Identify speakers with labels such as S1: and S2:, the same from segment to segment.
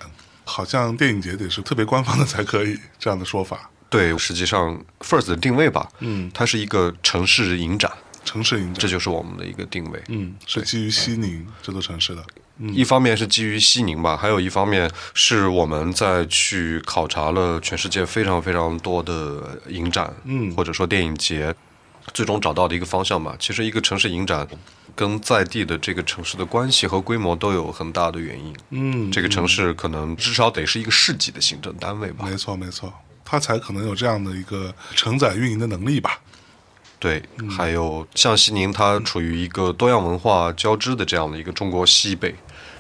S1: 好像电影节得是特别官方的才可以这样的说法，
S2: 对，实际上 First 的定位吧，嗯，它是一个城市影展，
S1: 城市影
S2: 这
S1: 展，
S2: 就是我们的一个定位，
S1: 嗯，是基于西宁这座城市的，
S2: 一方面是基于西宁吧，还有一方面是我们在去考察了全世界非常非常多的影展，
S1: 嗯
S2: 或者说电影节，最终找到的一个方向吧。其实一个城市影展跟在地的这个城市的关系和规模都有很大的原因。
S1: 嗯，
S2: 这个城市可能至少得是一个市级的行政单位吧。
S1: 没错没错，它才可能有这样的一个承载运营的能力吧。
S2: 对，
S1: 嗯
S2: 还有像西宁，它处于一个多样文化交织的这样的一个中国西北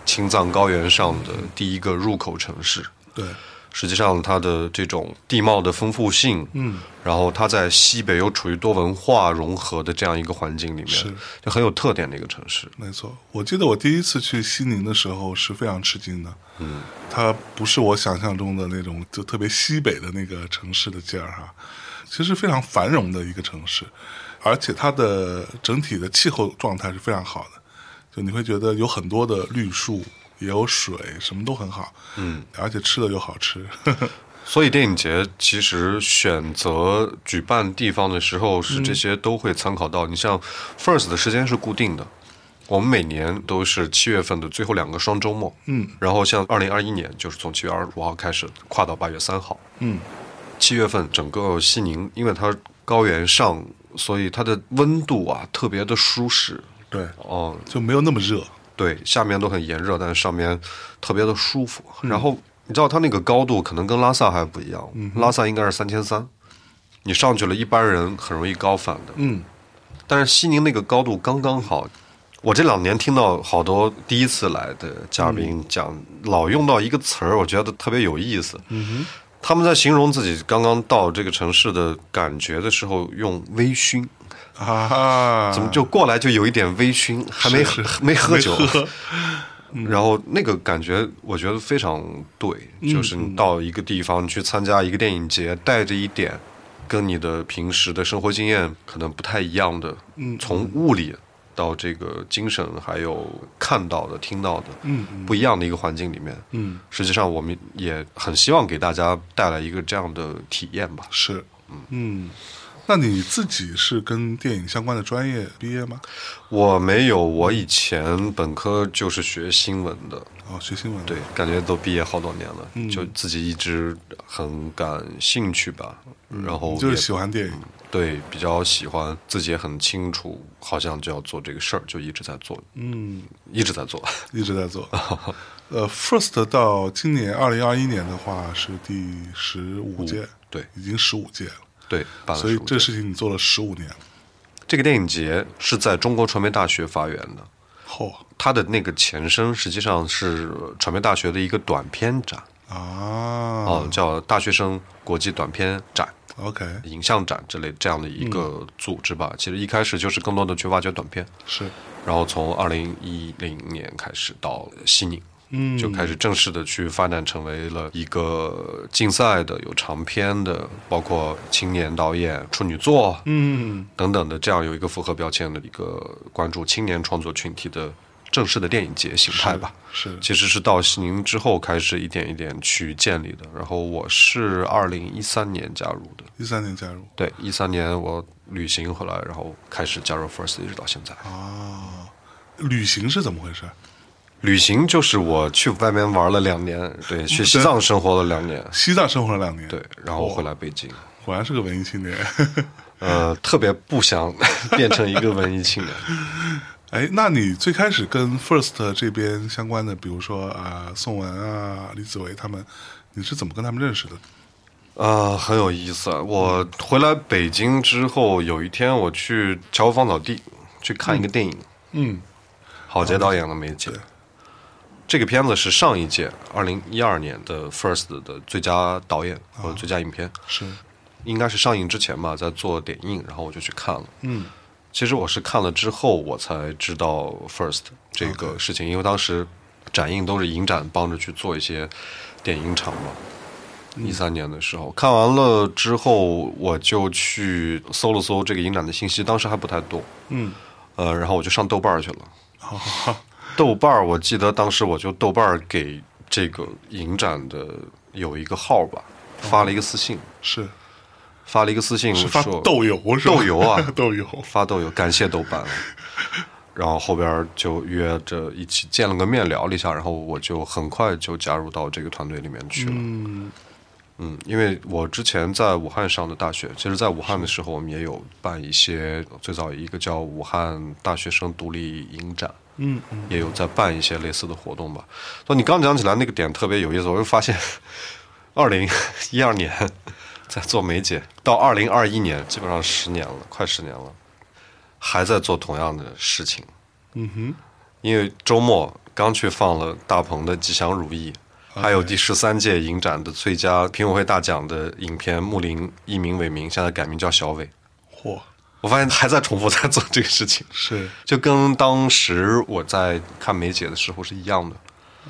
S2: 青藏高原上的第一个入口城市。
S1: 对，
S2: 实际上它的这种地貌的丰富性，
S1: 嗯，
S2: 然后它在西北又处于多文化融合的这样一个环境里面
S1: 是，
S2: 就很有特点的一个城市。
S1: 没错，我记得我第一次去西宁的时候是非常吃惊的。嗯，它不是我想象中的那种就特别西北的那个城市的劲儿哈，其实非常繁荣的一个城市，而且它的整体的气候状态是非常好的，就你会觉得有很多的绿树，也有水，什么都很好。嗯，而且吃的又好吃。
S2: 所以电影节其实选择举办地方的时候，是这些都会参考到。你像 First 的时间是固定的，我们每年都是七月份的最后两个双周末，
S1: 嗯
S2: 然后像二零二一年就是从七月二十五号开始跨到八月三号。
S1: 嗯
S2: 七月份整个西宁，因为它高原上，所以它的温度啊特别的舒适。
S1: 对，
S2: 哦、
S1: 就没有那么热，
S2: 对，下面都很炎热，但是上面特别的舒服。
S1: 嗯
S2: 然后你知道它那个高度可能跟拉萨还不一样，
S1: 嗯
S2: 拉萨应该是三千三，你上去了，一般人很容易高反的。
S1: 嗯
S2: 但是西宁那个高度刚刚好。我这两年听到好多第一次来的嘉宾
S1: 嗯
S2: 讲，老用到一个词儿，我觉得特别有意思。
S1: 嗯哼，
S2: 他们在形容自己刚刚到这个城市的感觉的时候，用微醺，
S1: 啊，
S2: 怎么就过来就有一点微醺，还没
S1: 是是
S2: 没喝酒，
S1: 没喝嗯
S2: 然后那个感觉，我觉得非常对，
S1: 嗯
S2: 就是你到一个地方你去参加一个电影节，带着一点跟你的平时的生活经验可能不太一样的，
S1: 嗯
S2: 从物理到这个精神，还有看到的、听到的，
S1: 嗯嗯
S2: 不一样的一个环境里面，
S1: 嗯
S2: 实际上我们也很希望给大家带来一个这样的体验吧。
S1: 是，嗯，那你自己是跟电影相关的专业毕业吗？
S2: 我没有，我以前本科就是学新闻的，
S1: 哦，学新闻的
S2: 对，感觉都毕业好多年了，
S1: 嗯
S2: 就自己一直很感兴趣吧，然后
S1: 嗯就是
S2: 也
S1: 喜欢电影，
S2: 对比较喜欢，自己也很清楚，好像就要做这个事儿，就一直在做，
S1: 嗯，
S2: 一直在做。
S1: 一直在做。呃，First 到今年二零二一年的话是第十五届，
S2: 对
S1: 已经十五届了，
S2: 对，办了
S1: 所以
S2: 15
S1: 这
S2: 届
S1: 事情你做了十五年
S2: 这个电影节是在中国传媒大学发源的，
S1: 后
S2: 它的那个前身实际上是传媒大学的一个短片展，
S1: 啊
S2: 哦，叫大学生国际短片展。
S1: ，OK，
S2: 影像展之类这样的一个
S1: 嗯
S2: 组织吧。其实一开始就是更多的去挖掘短片，
S1: 是，
S2: 然后从二零一零年开始到西宁。
S1: 嗯，
S2: 就开始正式的去发展成为了一个竞赛的、有长片的，包括青年导演、处女作
S1: 嗯
S2: 等等的，这样有一个符合标签的一个关注青年创作群体的正式的电影节形态吧。
S1: 是，
S2: 其实是到西宁之后开始一点一点去建立的。然后我是二零一三年加入的，
S1: 一三年加入
S2: 对，一三年我旅行回来，然后开始加入 First，一直到现在。
S1: 啊，旅行是怎么回事？
S2: 旅行就是我去外面玩了两年，对，去西藏生活了两年，
S1: 西藏生活了两年，
S2: 对，然后回来北京，
S1: 果然是个文艺 青年。
S2: 呃，特别不想变成一个文艺青年。
S1: 哎，那你最开始跟 First 这边相关的，比如说啊、宋文啊、李子维他们，你是怎么跟他们认识的？
S2: 呃，很有意思啊。我回来北京之后，有一天我去乔芳草地去看一个电影，
S1: 嗯，
S2: 郝杰导演的《梅姐》
S1: 对。
S2: 这个片子是上一届二零一二年的 First 的最佳导演或者最佳影片，
S1: 是，
S2: 应该是上映之前吧，在做点映，然后我就去看了。
S1: 嗯
S2: 其实我是看了之后，我才知道 First 这个事情，因为当时展映都是影展帮着去做一些电影场嘛。
S1: 嗯
S2: 一三年的时候，看完了之后，我就去搜了搜这个影展的信息，当时还不太多，
S1: 嗯，
S2: 呃，然后我就上豆瓣儿去了。
S1: 好好 好，
S2: 豆瓣儿，我记得当时我就豆瓣儿给这个影展的有一个号吧，发了一个私信，
S1: 是
S2: 发了一个私信
S1: 是发
S2: 说
S1: 豆油是吧？
S2: 豆油啊
S1: 豆油，
S2: 发豆油，感谢豆瓣。啊然后后边儿就约着一起见了个面，聊了一下，然后我就很快就加入到这个团队里面去了。
S1: 嗯
S2: 嗯，因为我之前在武汉上的大学，其实，在武汉的时候，我们也有办一些，最早一个叫武汉大学生独立影展，
S1: 嗯嗯，
S2: 也有在办一些类似的活动吧。那你刚讲起来那个点特别有意思，我就发现， 二零一二年 在做梅姐，到二零二一年基本上十年了，快十年了，还在做同样的事情。
S1: 嗯哼，
S2: 因为周末刚去放了大鹏的《吉祥如意》，还有第十三届影展的最佳评委会大奖的影片《木林》，艺名伟明，现在改名叫小伟。
S1: 嚯，
S2: 我发现还在重复在做这个事情，
S1: 是
S2: 就跟当时我在看梅姐的时候是一样的。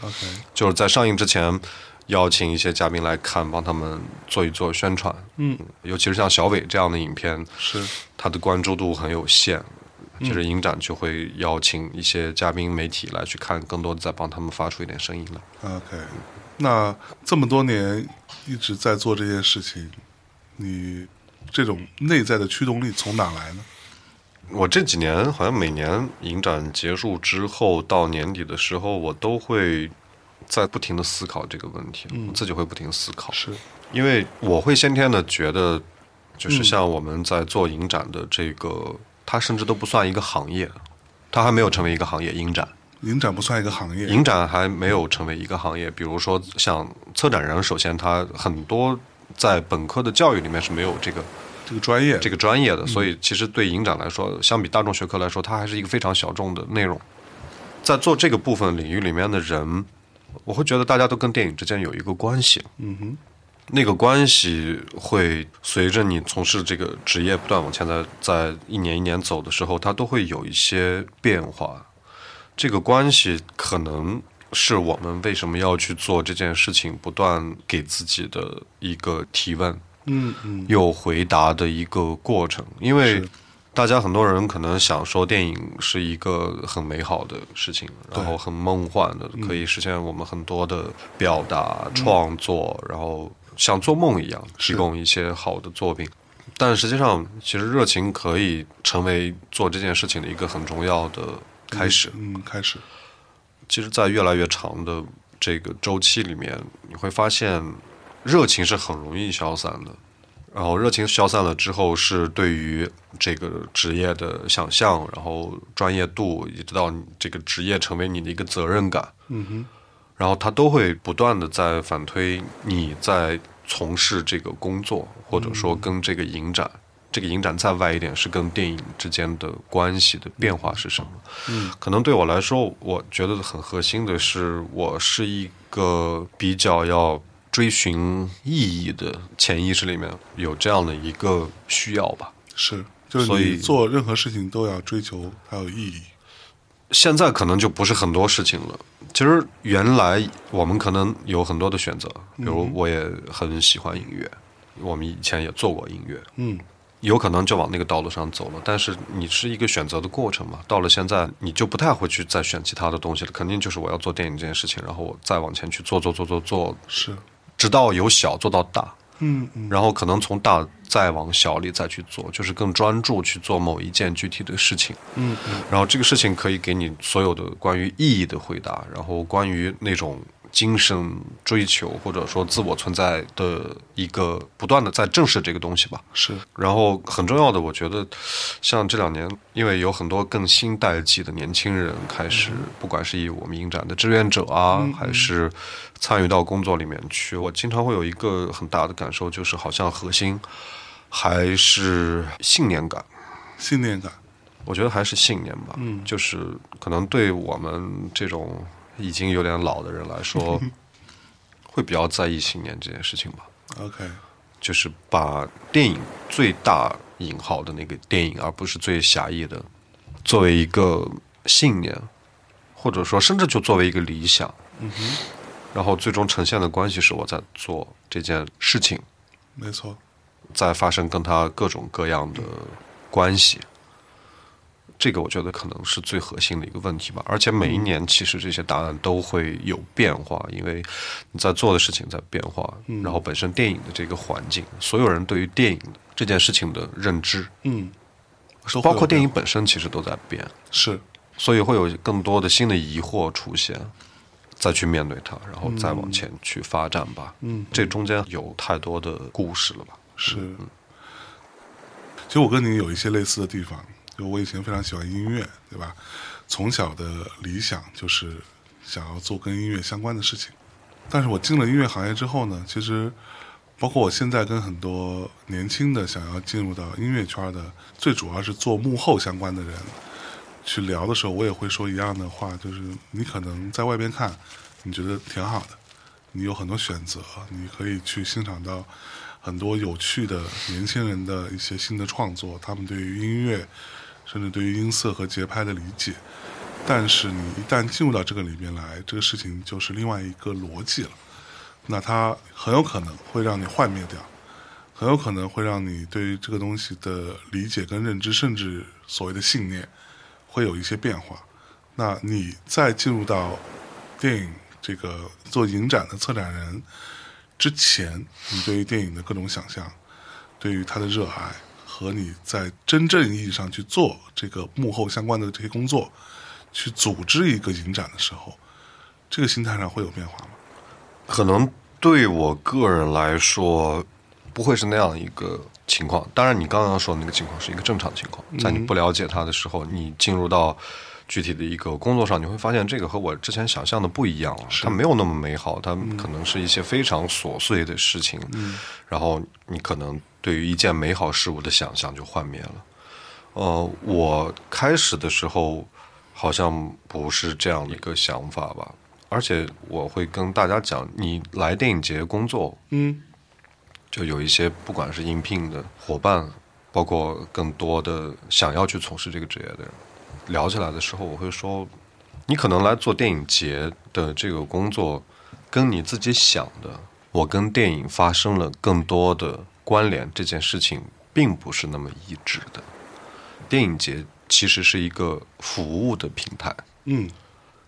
S1: OK，
S2: 就是在上映之前邀请一些嘉宾来看，帮他们做一做宣传。
S1: 嗯，
S2: 尤其是像小伟这样的影片，
S1: 是
S2: 它的关注度很有限。就是影展就会邀请一些嘉宾、媒体来去看，更多的再帮他们发出一点声音来。
S1: OK。那这么多年一直在做这件事情，你这种内在的驱动力从哪来呢？
S2: 我这几年好像每年影展结束之后到年底的时候，我都会在不停的思考这个问题，我自己会不停思考，
S1: 是，
S2: 因为我会先天的觉得，就是
S1: 嗯
S2: 像我们在做影展的这个，它甚至都不算一个行业，它还没有成为一个行业，影展。
S1: 影展不算一个行业，
S2: 影展还没有成为一个行业，比如说像策展人，首先他很多在本科的教育里面是没有这个
S1: 这个专业，
S2: 这个专业的，所以其实对影展来说，相比大众学科来说，它还是一个非常小众的内容。在做这个部分领域里面的人，我会觉得大家都跟电影之间有一个关系，
S1: 嗯哼，
S2: 那个关系会随着你从事这个职业不断往前在在一年一年走的时候，它都会有一些变化。这个关系可能是我们为什么要去做这件事情，不断给自己的一个提问，
S1: 嗯嗯，
S2: 有回答的一个过程，因为
S1: 是
S2: 大家很多人可能想说电影是一个很美好的事情，然后很梦幻的，可以实现我们很多的表达、创作，然后像做梦一样提供一些好的作品。但实际上，其实热情可以成为做这件事情的一个很重要的开始。
S1: 嗯，开始，
S2: 其实，在越来越长的这个周期里面，你会发现，热情是很容易消散的。然后，热情消散了之后，是对于这个职业的想象，然后专业度，一直到你这个职业成为你的一个责任感，
S1: 嗯哼，
S2: 然后它都会不断的在反推你在从事这个工作，或者说跟这个影展，这个影展再外一点是跟电影之间的关系的变化是什么？
S1: 嗯，
S2: 可能对我来说，我觉得很核心的是，我是一个比较要追寻意义的潜意识里面有这样的一个需要吧。
S1: 是，就是
S2: 所
S1: 你
S2: 以
S1: 做任何事情都要追求它有意义，
S2: 现在可能就不是很多事情了。其实原来我们可能有很多的选择，比如我也很喜欢音乐，我们以前也做过音乐，
S1: 嗯，
S2: 有可能就往那个道路上走了。但是你是一个选择的过程嘛，到了现在你就不太会去再选其他的东西了，肯定就是我要做电影这件事情，然后我再往前去做做做做做，
S1: 是，
S2: 直到由小做到大，
S1: 嗯嗯，
S2: 然后可能从大再往小里再去做，就是更专注去做某一件具体的事情。
S1: 嗯
S2: 然后这个事情可以给你所有的关于意义的回答，然后关于那种精神追求或者说自我存在的一个不断的在正视这个东西吧。
S1: 是，
S2: 然后很重要的，我觉得像这两年，因为有很多更新代际的年轻人开始，不管是以我们影展的志愿者啊，还是参与到工作里面去，我经常会有一个很大的感受，就是好像核心还是信念感。
S1: 信念感，
S2: 我觉得还是信念吧，
S1: 嗯
S2: 就是可能对我们这种已经有点老的人来说，会比较在意信念这件事情吧。
S1: OK，
S2: 就是把电影最大引号的那个电影，而不是最狭义的，作为一个信念，或者说甚至就作为一个理想，
S1: 嗯哼，
S2: 然后最终呈现的关系是我在做这件事情，
S1: 没错，
S2: 在发生跟它各种各样的关系。这个我觉得可能是最核心的一个问题吧，而且每一年其实这些答案都会有变化，因为你在做的事情在变化，
S1: 嗯
S2: 然后本身电影的这个环境，所有人对于电影这件事情的认知，
S1: 嗯，都会
S2: 包
S1: 有
S2: 括
S1: 的
S2: 电影本身其实都在变，
S1: 是，
S2: 所以会有更多的新的疑惑出现，再去面对它，然后再往前去发展吧。
S1: 嗯，
S2: 这中间有太多的故事了吧？
S1: 是，嗯其实我跟你有一些类似的地方，就我以前非常喜欢音乐，对吧？从小的理想就是想要做跟音乐相关的事情，但是我进了音乐行业之后呢，其实包括我现在跟很多年轻的想要进入到音乐圈的，最主要是做幕后相关的人去聊的时候，我也会说一样的话，就是你可能在外边看，你觉得挺好的，你有很多选择，你可以去欣赏到很多有趣的年轻人的一些新的创作，他们对于音乐，甚至对于音色和节拍的理解。但是你一旦进入到这个里面来，这个事情就是另外一个逻辑了。那它很有可能会让你幻灭掉，很有可能会让你对于这个东西的理解跟认知，甚至所谓的信念，会有一些变化。那你再进入到电影这个做影展的策展人之前，你对于电影的各种想象，对于它的热爱和你在真正意义上去做这个幕后相关的这些工作，去组织一个影展的时候，这个心态上会有变化吗？
S2: 可能对我个人来说，不会是那样一个情况。当然，你刚刚说的那个情况是一个正常情况，在你不了解它的时候，你进入到具体的一个工作上，你会发现这个和我之前想象的不一样了。它没有那么美好，它可能是一些非常琐碎的事情。然后你可能对于一件美好事物的想象就幻灭了。呃，我开始的时候好像不是这样的一个想法吧，而且我会跟大家讲，你来电影节工作，
S1: 嗯，
S2: 就有一些不管是应聘的伙伴，包括更多的想要去从事这个职业的人，聊起来的时候，我会说，你可能来做电影节的这个工作，跟你自己想的，我跟电影发生了更多的关联，这件事情并不是那么一致的。电影节其实是一个服务的平台，
S1: 嗯，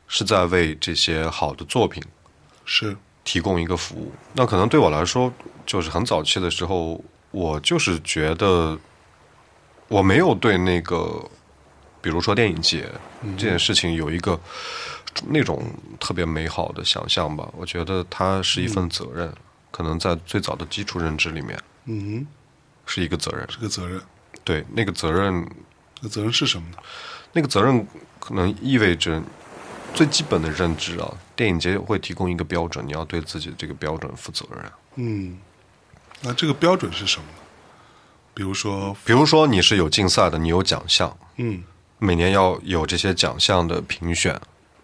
S2: 是在为这些好的作品
S1: 是，
S2: 提供一个服务。那可能对我来说，就是很早期的时候，我就是觉得我没有对那个，比如说电影节这件事情有一个那种特别美好的想象吧。我觉得它是一份责任，可能在最早的基础认知里面
S1: 嗯，
S2: 是一个责任。
S1: 这个责任，
S2: 对，那个责任
S1: 这个责任是什么呢？
S2: 那个责任可能意味着最基本的认知啊，电影节会提供一个标准，你要对自己这个标准负责任。
S1: 嗯，那这个标准是什么呢？比如说，
S2: 比如说你是有竞赛的，你有奖项，
S1: 嗯
S2: 每年要有这些奖项的评选，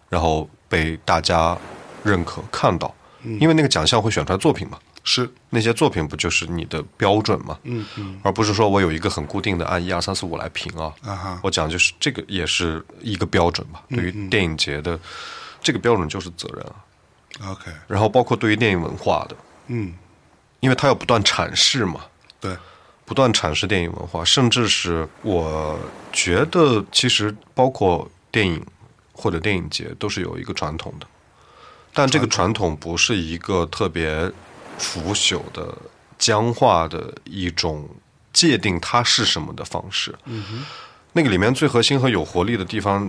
S2: 然后被大家认可看到，因为那个奖项会选出来作品嘛，
S1: 嗯是，
S2: 那些作品不就是你的标准嘛，
S1: 嗯嗯
S2: 而不是说我有一个很固定的按一二三四五来评啊，
S1: 啊嗯哈，
S2: 我讲就是这个也是一个标准吧，对于电影节的这个标准就是责任啊。
S1: OK，
S2: 然后包括对于电影文化的，
S1: 嗯，
S2: 因为它要不断阐释嘛，
S1: 对，
S2: 不断阐释电影文化，甚至是我觉得其实包括电影或者电影节都是有一个传统的，但这个传统不是一个特别腐朽的、僵化的一种界定它是什么的方式。那个里面最核心和有活力的地方，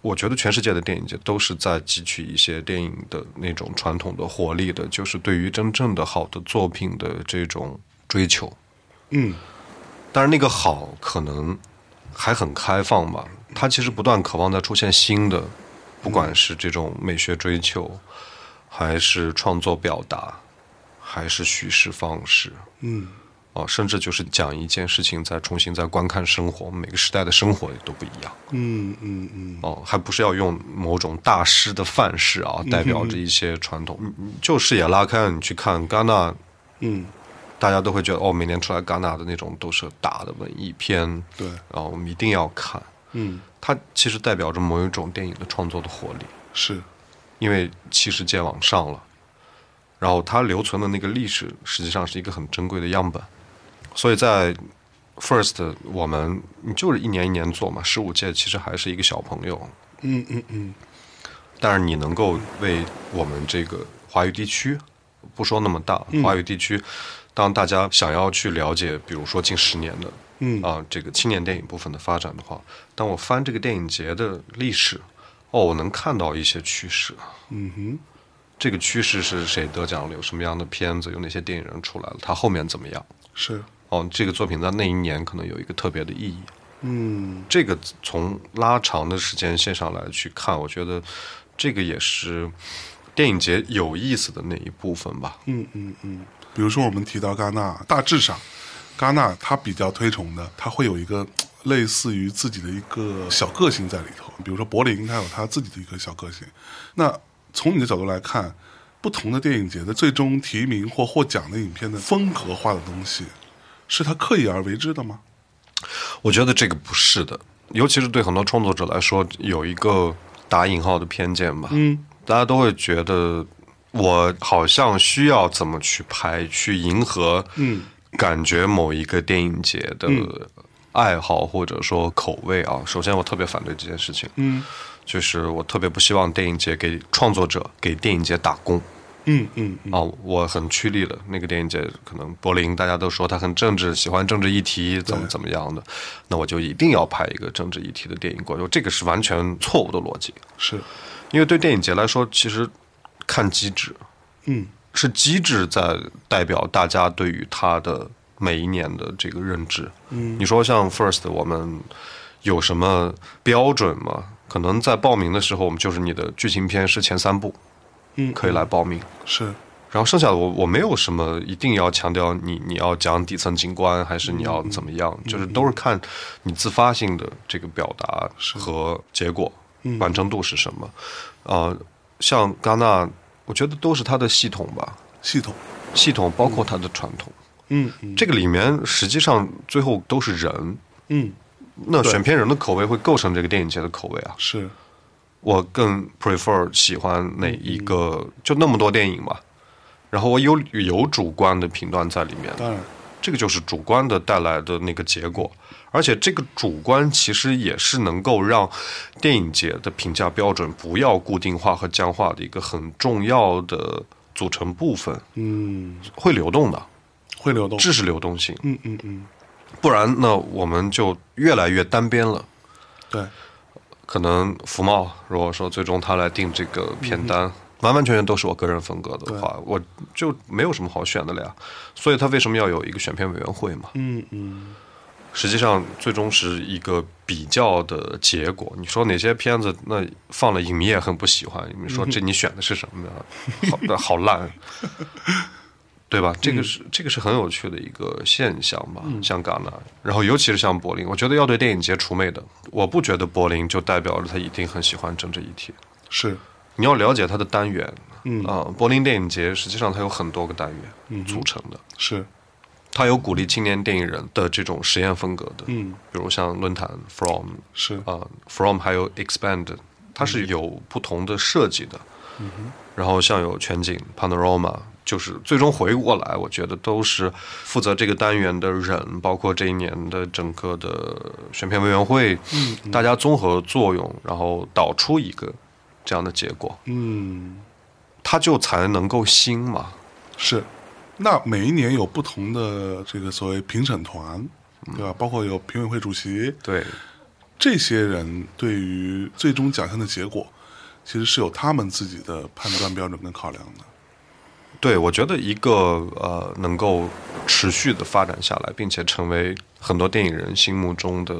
S2: 我觉得全世界的电影节都是在汲取一些电影的那种传统的活力的，就是对于真正的好的作品的这种追求。
S1: 嗯
S2: 但是那个好可能还很开放吧，它其实不断渴望在出现新的，不管是这种美学追求，还是创作表达，还是叙事方式
S1: 嗯
S2: 啊，甚至就是讲一件事情再重新再观看生活，每个时代的生活也都不一样。
S1: 嗯嗯嗯，
S2: 哦，还不是要用某种大师的范式啊，代表着一些传统。嗯嗯就视野拉开了，你去看戛纳，
S1: 嗯，
S2: 大家都会觉得哦，每年出来戛纳的那种都是大的文艺片，
S1: 对，
S2: 啊，我们一定要看。
S1: 嗯
S2: 它其实代表着某一种电影的创作的活力，
S1: 是，
S2: 因为七十届往上了，然后它留存的那个历史实际上是一个很珍贵的样本，所以在 First 我们你就是一年一年做嘛，十五届其实还是一个小朋友，
S1: 嗯嗯嗯
S2: 但是你能够为我们这个华语地区，不说那么大，华语地区，当大家想要去了解，比如说近十年的，
S1: 嗯
S2: 啊，这个青年电影部分的发展的话，当我翻这个电影节的历史，哦，我能看到一些趋势。
S1: 嗯哼，
S2: 这个趋势是谁得奖了？有什么样的片子？有哪些电影人出来了？他后面怎么样？
S1: 是，
S2: 哦，这个作品在那一年可能有一个特别的意义。
S1: 嗯
S2: 这个从拉长的时间线上来去看，我觉得这个也是电影节有意思的那一部分吧。
S1: 嗯嗯嗯，比如说我们提到戛纳，大致上，戛纳它比较推崇的，它会有一个。类似于自己的一个小个性在里头，比如说柏林，它有它自己的一个小个性。那从你的角度来看，不同的电影节的最终提名或获奖的影片的风格化的东西，是他刻意而为之的吗？
S2: 我觉得这个不是的，尤其是对很多创作者来说，有一个打引号的偏见吧。
S1: 嗯，
S2: 大家都会觉得我好像需要怎么去拍，去迎合，
S1: 嗯，
S2: 感觉某一个电影节的爱好或者说口味啊。首先，我特别反对这件事情。
S1: 嗯
S2: 就是我特别不希望电影节给创作者、给电影节打工。
S1: 嗯嗯嗯，
S2: 啊，我很趋利的那个电影节，可能柏林大家都说它很政治，喜欢政治议题，怎么怎么样的，那我就一定要拍一个政治议题的电影过去，这个是完全错误的逻辑，
S1: 是，
S2: 因为对电影节来说，其实看机制
S1: 嗯
S2: 是机制在代表大家对于它的每一年的这个认知。
S1: 嗯，
S2: 你说像 First，我们有什么标准吗？可能在报名的时候，我们就是你的剧情片是前三部
S1: 嗯，
S2: 可以来报名。
S1: 是，
S2: 然后剩下的我我没有什么一定要强调你你要讲底层景观还是你要怎么
S1: 嗯
S2: 样，就是都是看你自发性的这个表达和结果
S1: 嗯
S2: 完成度是什么。啊、像戛纳，我觉得都是它的系统吧，
S1: 系统，
S2: 系统包括它的传统，
S1: 嗯嗯
S2: 这个里面实际上最后都是人。
S1: 嗯
S2: 那
S1: 对
S2: 选片人的口味会构成这个电影节的口味啊！
S1: 是，
S2: 我更 prefer 喜欢哪一
S1: 嗯
S2: 个？就那么多电影嘛，然后我有有主观的评断在里面，
S1: 当然
S2: 这个就是主观的带来的那个结果，而且这个主观其实也是能够让电影节的评价标准不要固定化和僵化的一个很重要的组成部分，
S1: 嗯
S2: 会流动的，
S1: 会流动，
S2: 这是流动性。
S1: 嗯嗯嗯，
S2: 不然呢，我们就越来越单边了。
S1: 对，
S2: 可能福茂如果说最终他来定这个片单，完完全全都是我个人风格的话，我就没有什么好选的了呀。所以他为什么要有一个选片委员会嘛？
S1: 嗯嗯
S2: 实际上最终是一个比较的结果。你说哪些片子那放了影迷也很不喜欢，你说这你选的是什么呢？好那好烂，啊对吧？这个是这个是很有趣的一个现象吧，啊像戛纳，然后尤其是像柏林，我觉得要对电影节除魅的。我不觉得柏林就代表着他一定很喜欢政治议题，
S1: 是，
S2: 你要了解它的单元
S1: 嗯
S2: 啊、柏林电影节实际上它有很多个单元组成的。
S1: 是，
S2: 它有鼓励青年电影人的这种实验风格的，
S1: 嗯
S2: 比如像论坛 From
S1: 是，
S2: 啊、f r o m 还有 Expand，它是有不同的设计的。然后像有全景 Panorama，就是最终回过来，我觉得都是负责这个单元的人，包括这一年的整个的选片委员会，大家综合作用，然后导出一个这样的结果，
S1: 嗯
S2: 它就才能够新嘛。
S1: 是。那每一年有不同的这个所谓评审团，对吧？包括有评委会主席，
S2: 对，
S1: 这些人对于最终奖项的结果，其实是有他们自己的判断标准跟考量的。
S2: 对，我觉得一个呃能够持续的发展下来，并且成为很多电影人心目中的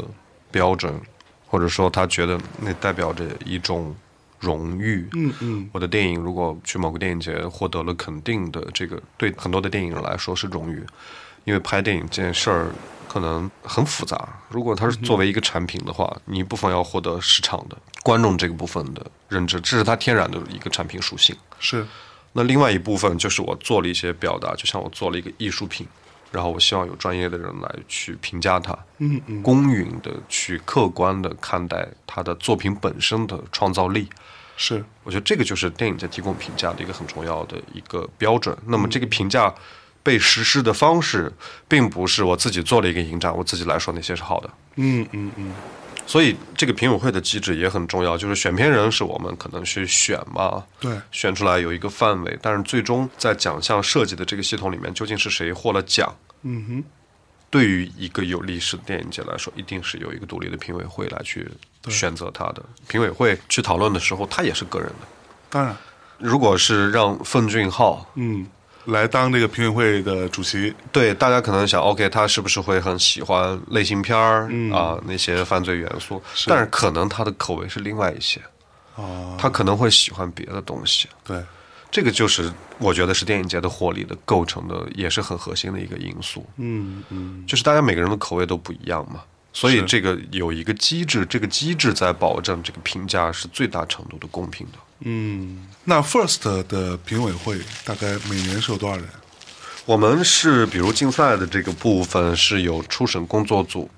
S2: 标准，或者说他觉得那代表着一种荣誉。
S1: 嗯嗯，
S2: 我的电影如果去某个电影节获得了肯定的这个，对很多的电影人来说是荣誉，因为拍电影这件事儿可能很复杂。如果它是作为一个产品的话，你不妨要获得市场的观众这个部分的认知，这是它天然的一个产品属性。
S1: 是，
S2: 那另外一部分就是我做了一些表达，就像我做了一个艺术品，然后我希望有专业的人来去评价它，
S1: 嗯嗯，
S2: 公允的去客观的看待它的作品本身的创造力。
S1: 是，
S2: 我觉得这个就是电影在提供评价的一个很重要的一个标准。那么这个评价被实施的方式，并不是我自己做了一个影展，我自己来说哪些是好的。
S1: 嗯嗯嗯，
S2: 所以这个评委会的机制也很重要，就是选片人是我们可能去选嘛，
S1: 对，
S2: 选出来有一个范围，但是最终在奖项设计的这个系统里面，究竟是谁获了奖，
S1: 嗯哼，
S2: 对于一个有历史的电影节来说，一定是有一个独立的评委会来去选择它的。评委会去讨论的时候，它也是个人的。
S1: 当然，
S2: 如果是让奉俊昊
S1: 嗯，来当这个评委会的主席，
S2: 对大家可能想，OK，他是不是会很喜欢类型片儿啊、
S1: 嗯
S2: 那些犯罪元素？但是可能他的口味是另外一些，
S1: 哦，
S2: 他可能会喜欢别的东西。
S1: 对，
S2: 这个就是我觉得是电影节的活力的构成的，也是很核心的一个因素。
S1: 嗯嗯，
S2: 就是大家每个人的口味都不一样嘛，所以
S1: 是
S2: 这个有一个机制，这个机制在保证这个评价是最大程度的公平的。
S1: 嗯，那 First 的评委会大概每年是有多少人？
S2: 我们是比如竞赛的这个部分是有初审工作组，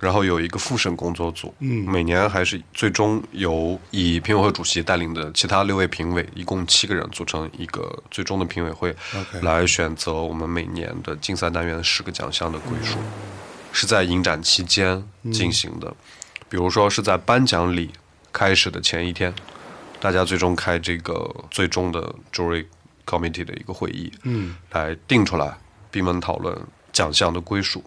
S2: 然后有一个复审工作组，
S1: 嗯
S2: 每年还是最终由以评委会主席带领的其他六位评委，一共七个人组成一个最终的评委会
S1: OK
S2: 来选择我们每年的竞赛单元十个奖项的归属，
S1: 嗯
S2: 是在影展期间进行的，比如说是在颁奖礼开始的前一天，大家最终开这个最终的 jury committee 的一个会议，
S1: 嗯，
S2: 来定出来闭门讨论奖项的归属，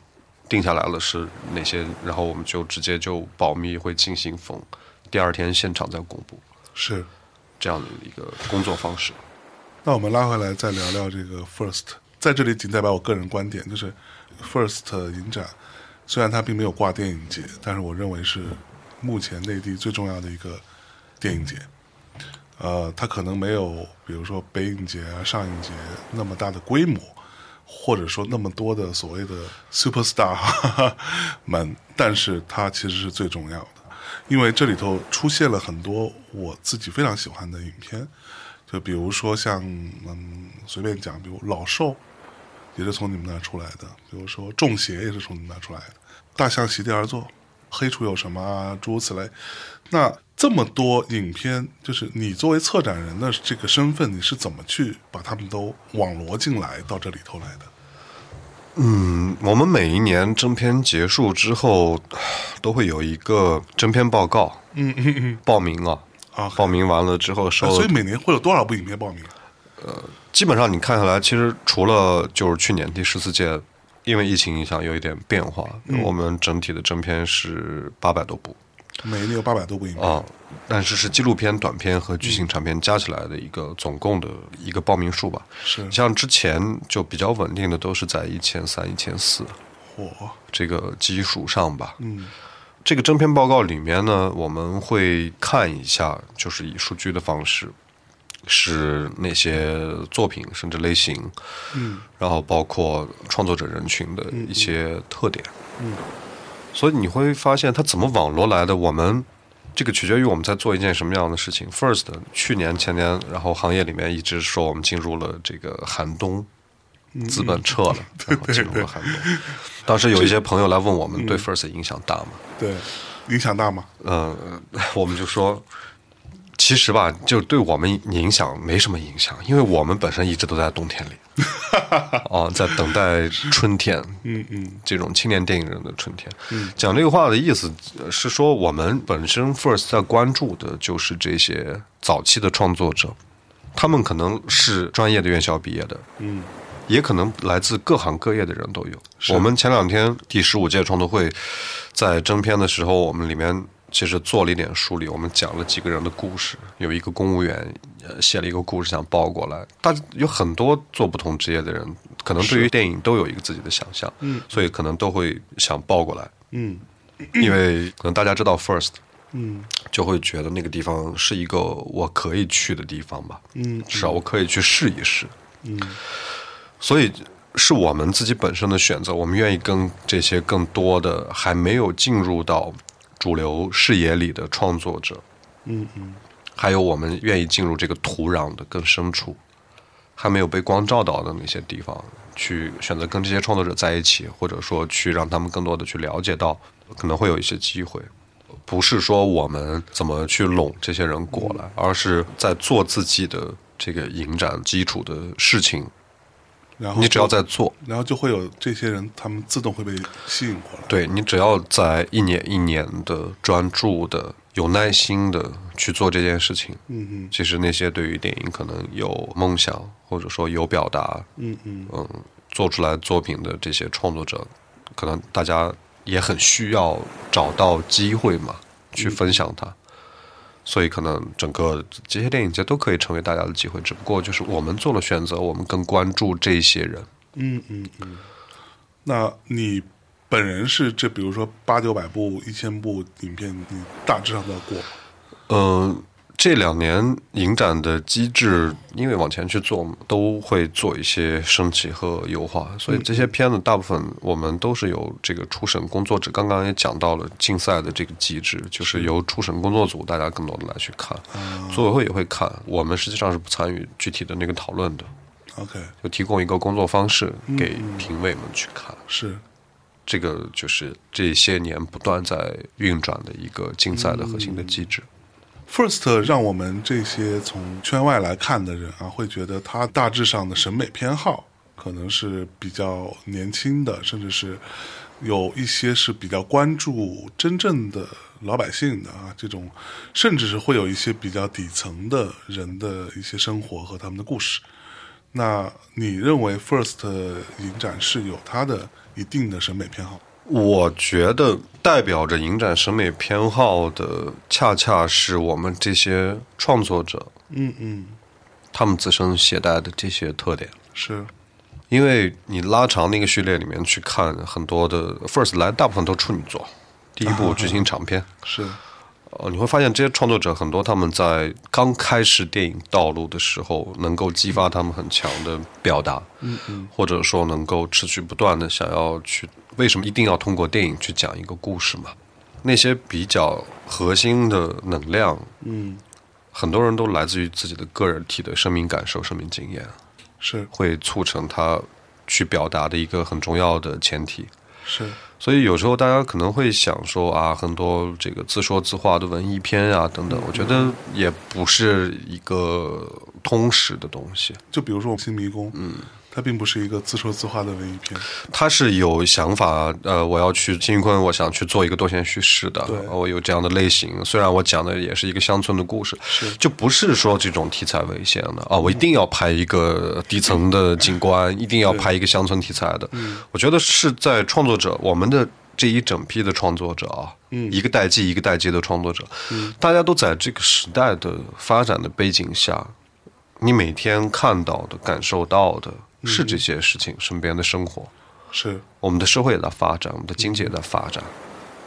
S2: 定下来了是哪些，然后我们就直接就保密会进行封，第二天现场再公布
S1: 是。
S2: 这样的一个工作方式。
S1: 那我们拉回来再聊聊这个 First，在这里仅代表我个人观点，就是 First 影展虽然它并没有挂电影节，但是我认为是目前内地最重要的一个电影节。呃，它可能没有比如说北影节啊、上影节那么大的规模，或者说那么多的所谓的 superstar 们，但是它其实是最重要的，因为这里头出现了很多我自己非常喜欢的影片，就比如说像嗯，随便讲，比如《老兽》也是从你们那儿出来的，比如说《中邪》也是从你们那儿出来的，《大象席地而坐》《黑处有什么》啊，诸如此类。那这么多影片，就是你作为策展人的这个身份，你是怎么去把他们都网罗进来到这里头来的？
S2: 嗯，我们每一年征片结束之后，都会有一个征片报告，
S1: 嗯嗯嗯
S2: 报名啊，
S1: 啊，好
S2: 报名完了之后收了
S1: 哎所以每年会有多少部影片报名？啊
S2: 基本上你看下来，其实除了就是去年第十四届，因为疫情影响有一点变化，我们整体的正片是八百多部
S1: 每年有八百多部影片。
S2: 啊、但是是纪录片、短片和剧情长片加起来的一个总共的一个报名数吧。
S1: 是
S2: 像之前就比较稳定的都是在一千三、一千四
S1: 火，
S2: 这个基数上吧。
S1: 嗯
S2: 这个征片报告里面呢，我们会看一下，就是以数据的方式，是那些作品甚至类型，
S1: 嗯
S2: 然后包括创作者人群的一些特点。
S1: 嗯
S2: 所以你会发现它怎么网罗来的，我们这个取决于我们在做一件什么样的事情。First，去年前年，然后行业里面一直说我们进入了这个寒冬。
S1: 嗯
S2: 资本撤了，然后进入 了寒冬。当时有一些朋友来问我
S1: 嗯
S2: 们，对 First 影响大吗？
S1: 对，影响大吗？
S2: 呃，我们就说，其实吧，就对我们影响没什么影响，因为我们本身一直都在冬天 里，啊、在等待春天，
S1: 嗯嗯
S2: 这种青年电影人的春天。讲这个话的意思呃是说，我们本身 First 在关注的就是这些早期的创作者，他们可能是专业的院校毕业的，
S1: 嗯，
S2: 也可能来自各行各业的人都
S1: 是
S2: 有。我们前两天第十五届创投会在征片的时候，我们里面其实做了一点梳理，我们讲了几个人的故事，有一个公务员。呃，写了一个故事想抱过来，大家有很多做不同职业的人，可能对于电影都有一个自己的想象，
S1: 嗯，
S2: 所以可能都会想抱过来，
S1: 嗯
S2: 因为可能大家知道 First，
S1: 嗯
S2: 就会觉得那个地方是一个我可以去的地方吧，
S1: 嗯
S2: 至少我可以去试一试。
S1: 嗯
S2: 所以是我们自己本身的选择，我们愿意跟这些更多的还没有进入到主流视野里的创作者，
S1: 嗯嗯
S2: 还有我们愿意进入这个土壤的更深处，还没有被光照到的那些地方，去选择跟这些创作者在一起，或者说去让他们更多的去了解到，可能会有一些机会。不是说我们怎么去拢这些人过
S1: 嗯
S2: 来，而是在做自己的这个影展基础的事情。
S1: 然后
S2: 你只要
S1: 就，
S2: 在做，
S1: 然后就会有这些人，他们自动会被吸引过来。
S2: 对你只要在一年一年的专注的、有耐心的去做这件事情，
S1: 嗯
S2: 其实那些对于电影可能有梦想，或者说有表达，
S1: 嗯嗯嗯，
S2: 嗯，做出来作品的这些创作者，可能大家也很需要找到机会嘛，去分享它。所以，可能整个这些电影节都可以成为大家的机会，只不过就是我们做了选择，我们更关注这些人。
S1: 嗯嗯嗯。那你本人是这，比如说八九百部、一千部影片，你大致上都要过。
S2: 嗯，这两年影展的机制，因为往前去做，都会做一些升级和优化，所以这些片子大部分我们都是由这个初审工作者，刚刚也讲到了竞赛的这个机制，就是由初审工作组大家更多的来去看，组委会也会看，我们实际上是不参与具体的那个讨论的，
S1: OK，
S2: 就提供一个工作方式给评委们去看，
S1: 是
S2: 这个就是这些年不断在运转的一个竞赛的核心的机制。
S1: First 让我们这些从圈外来看的人啊，会觉得他大致上的审美偏好可能是比较年轻的，甚至是有一些是比较关注真正的老百姓的啊，这种甚至是会有一些比较底层的人的一些生活和他们的故事。那你认为 First 影展是有它的一定的审美偏好？
S2: 我觉得代表着影展审美偏好的，恰恰是我们这些创作者
S1: 嗯嗯，
S2: 他们自身携带的这些特点。
S1: 是
S2: 因为你拉长那个序列里面去看，很多的 First 来大部分都处女座，第一部剧情长片，
S1: 是，
S2: 呃，你会发现这些创作者很多，他们在刚开始电影道路的时候，能够激发他们很强的表达，嗯嗯，或者说能够持续不断的想要去，为什么一定要通过电影去讲一个故事嘛？那些比较核心的能量，
S1: 嗯
S2: 很多人都来自于自己的个人体的生命感受、生命经验，
S1: 是
S2: 会促成他去表达的一个很重要的前提。
S1: 是，
S2: 所以有时候大家可能会想说啊，很多这个自说自话的文艺片啊等等，我觉得也不是一个通识的东西，
S1: 就比如说《我们新迷宫》，嗯，它并不是一个自说自话的文艺片，
S2: 它是有想法，呃，我要去金宇坤，我想去做一个多线叙事的
S1: 对，
S2: 我有这样的类型，虽然我讲的也是一个乡村的故事，
S1: 是嗯
S2: 就不是说这种题材为先的啊，我一定要拍一个底层的景观，一定要拍一个乡村题材的。
S1: 嗯
S2: 我觉得是在创作者，我们的这一整批的创作者啊，
S1: 嗯
S2: 一个代际一个代际的创作者，大家都在这个时代的发展的背景下，你每天看到的、感受到的
S1: 嗯
S2: 是这些事情，身边的生活，
S1: 是
S2: 我们的社会也在发
S1: 嗯
S2: 展，我们的经济也在发展。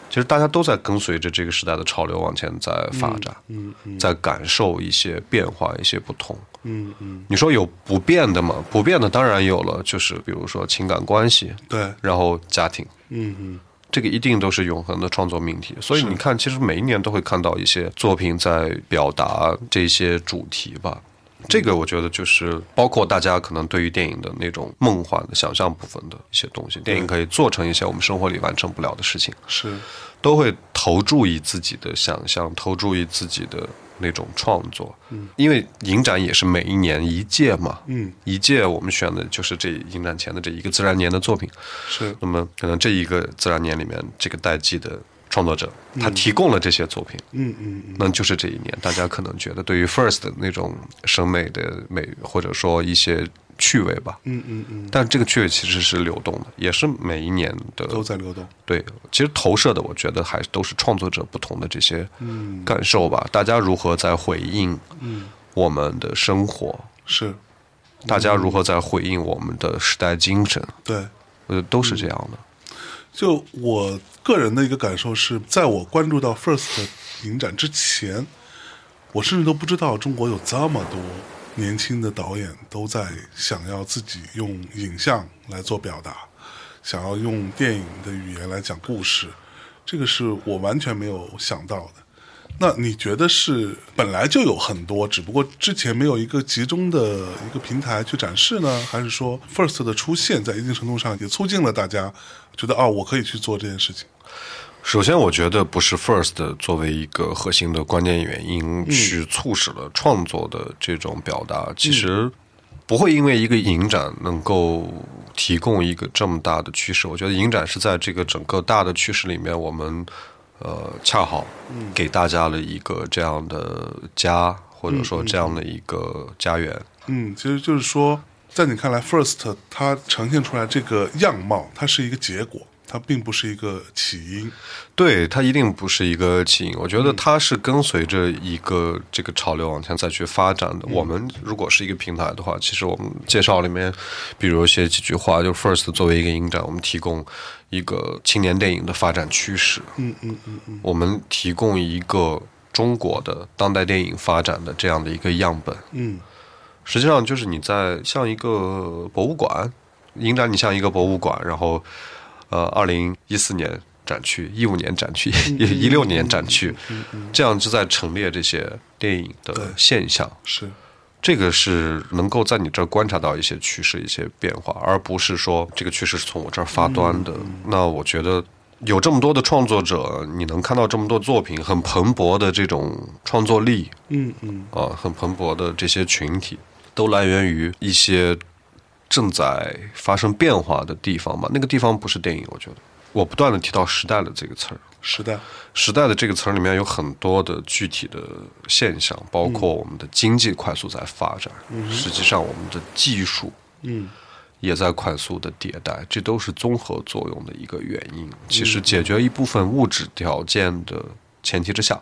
S2: 其实大家都在跟随着这个时代的潮流往前在发展，
S1: 嗯嗯
S2: 在感受一些变化、一些不同。
S1: 嗯嗯，
S2: 你说有不变的吗？不变的当然有了，就是比如说情感关系，
S1: 对，
S2: 然后家庭，
S1: 嗯嗯
S2: 这个一定都是永恒的创作命题。所以你看，其实每一年都会看到一些作品在表达这些主题吧。这个我觉得就是包括大家可能对于电影的那种梦幻的想象部分的一些东西，电影可以做成一些我们生活里完成不了的事情，
S1: 是
S2: 都会投注于自己的想象，投注于自己的那种创作。因为影展也是每一年一届嘛，
S1: 嗯
S2: 一届我们选的就是这影展前的这一个自然年的作品。
S1: 是
S2: 那么可能这一个自然年里面，这个代际的创作者，他提供了这些作品，
S1: 嗯嗯
S2: 那就是这一年大家可能觉得对于 first 的那种审美的美，或者说一些趣味吧。
S1: 嗯嗯嗯，
S2: 但这个趣味其实是流动的，也是每一年的
S1: 都在流动，
S2: 对，其实投射的，我觉得还是都是创作者不同的这些
S1: 嗯
S2: 感受吧。大家如何在回应我们的生活，
S1: 是
S2: 大家如何在回应我们的时代精神，
S1: 对。
S2: 呃，都是这样的。
S1: 就我个人的一个感受是，在我关注到 First 影展之前，我甚至都不知道中国有这么多年轻的导演都在想要自己用影像来做表达，想要用电影的语言来讲故事，这个是我完全没有想到的。那你觉得是本来就有很多，只不过之前没有一个集中的一个平台去展示呢？还是说 First 的出现在一定程度上也促进了大家觉得啊、我可以去做这件事情？
S2: 首先，我觉得不是 First 作为一个核心的关键原因去促使了创作的这种表达，其实不会因为一个影展能够提供一个这么大的趋势。我觉得影展是在这个整个大的趋势里面，我们呃恰好给大家了一个这样的家，或者说这样的一个家园。
S1: 嗯，其实就是说，在你看来，First 它呈现出来这个样貌，它是一个结果，它并不是一个起因。
S2: 对，它一定不是一个起因，我觉得
S1: 嗯
S2: 它是跟随着一个这个潮流往前再去发展
S1: 嗯
S2: 的。我们如果是一个平台的话，其实我们介绍里面，比如写几句话，就 First 作为一个影展，我们提供一个青年电影的发展趋势，
S1: 嗯嗯嗯嗯，
S2: 我们提供一个中国的当代电影发展的这样的一个样本。
S1: 嗯，
S2: 实际上就是你在像一个博物馆，影展你像一个博物馆，然后呃，二零一四年展区、一五年展区、 一六年展区，这样就在陈列这些电影的现象。
S1: 是
S2: 这个是能够在你这儿观察到一些趋势、一些变化，而不是说这个趋势是从我这儿发端的。那我觉得有这么多的创作者，你能看到这么多作品，很蓬勃的这种创作力，
S1: 嗯嗯
S2: 啊，很蓬勃的这些群体，都来源于一些正在发生变化的地方嘛。那个地方不是电影，我觉得。我不断的提到“时代”的这个词儿，
S1: 时代，
S2: 时代的这个词儿里面有很多的具体的现象，包括我们的经济快速在发展，实际上我们的技术
S1: 嗯
S2: 也在快速的迭代，这都是综合作用的一个原因。其实解决一部分物质条件的前提之下，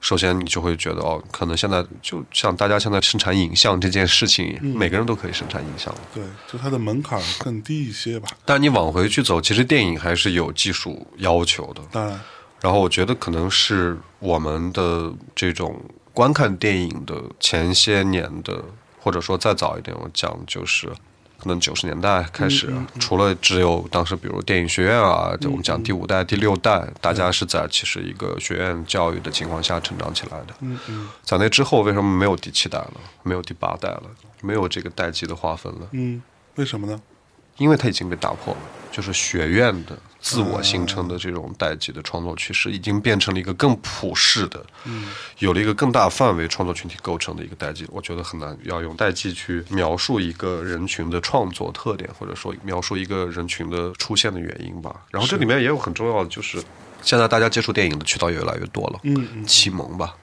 S2: 首先你就会觉得哦，可能现在就像大家现在生产影像这件事情，每个人都可以生产影像了。
S1: 对，就它的门槛更低一些吧。
S2: 但你往回去走，其实电影还是有技术要求的。
S1: 当然，
S2: 然后我觉得可能是我们的这种观看电影的前些年的，或者说再早一点，我讲就是可能九十年代开始，
S1: 嗯
S2: 除了只有当时比如电影学院啊，就我们讲第五代、第六代，大家是在其实一个学院教育的情况下成长起来的。
S1: 嗯嗯
S2: 在那之后，为什么没有第七代了，没有第八代了，没有这个代际的划分了？
S1: 嗯，为什么呢？
S2: 因为它已经被打破了，就是学院的自我形成的这种代际的创作趋势，已经变成了一个更普世的，有了一个更大范围创作群体构成的一个代际。我觉得很难要用代际去描述一个人群的创作特点，或者说描述一个人群的出现的原因吧。然后这里面也有很重要的，就是现在大家接触电影的渠道也越来越多了，
S1: 嗯嗯，
S2: 启蒙吧，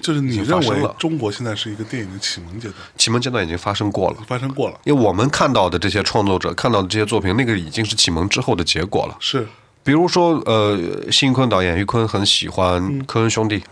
S1: 就是你认
S2: 已经发生
S1: 为
S2: 了
S1: 中国现在是一个电影的启蒙阶段，
S2: 启蒙阶段已经发生过了。
S1: 发生过了，
S2: 因为我们看到的这些创作者看到的这些作品，那个已经是启蒙之后的结果了。
S1: 是，
S2: 比如说，呃，辛坤导演于坤很喜欢科恩兄弟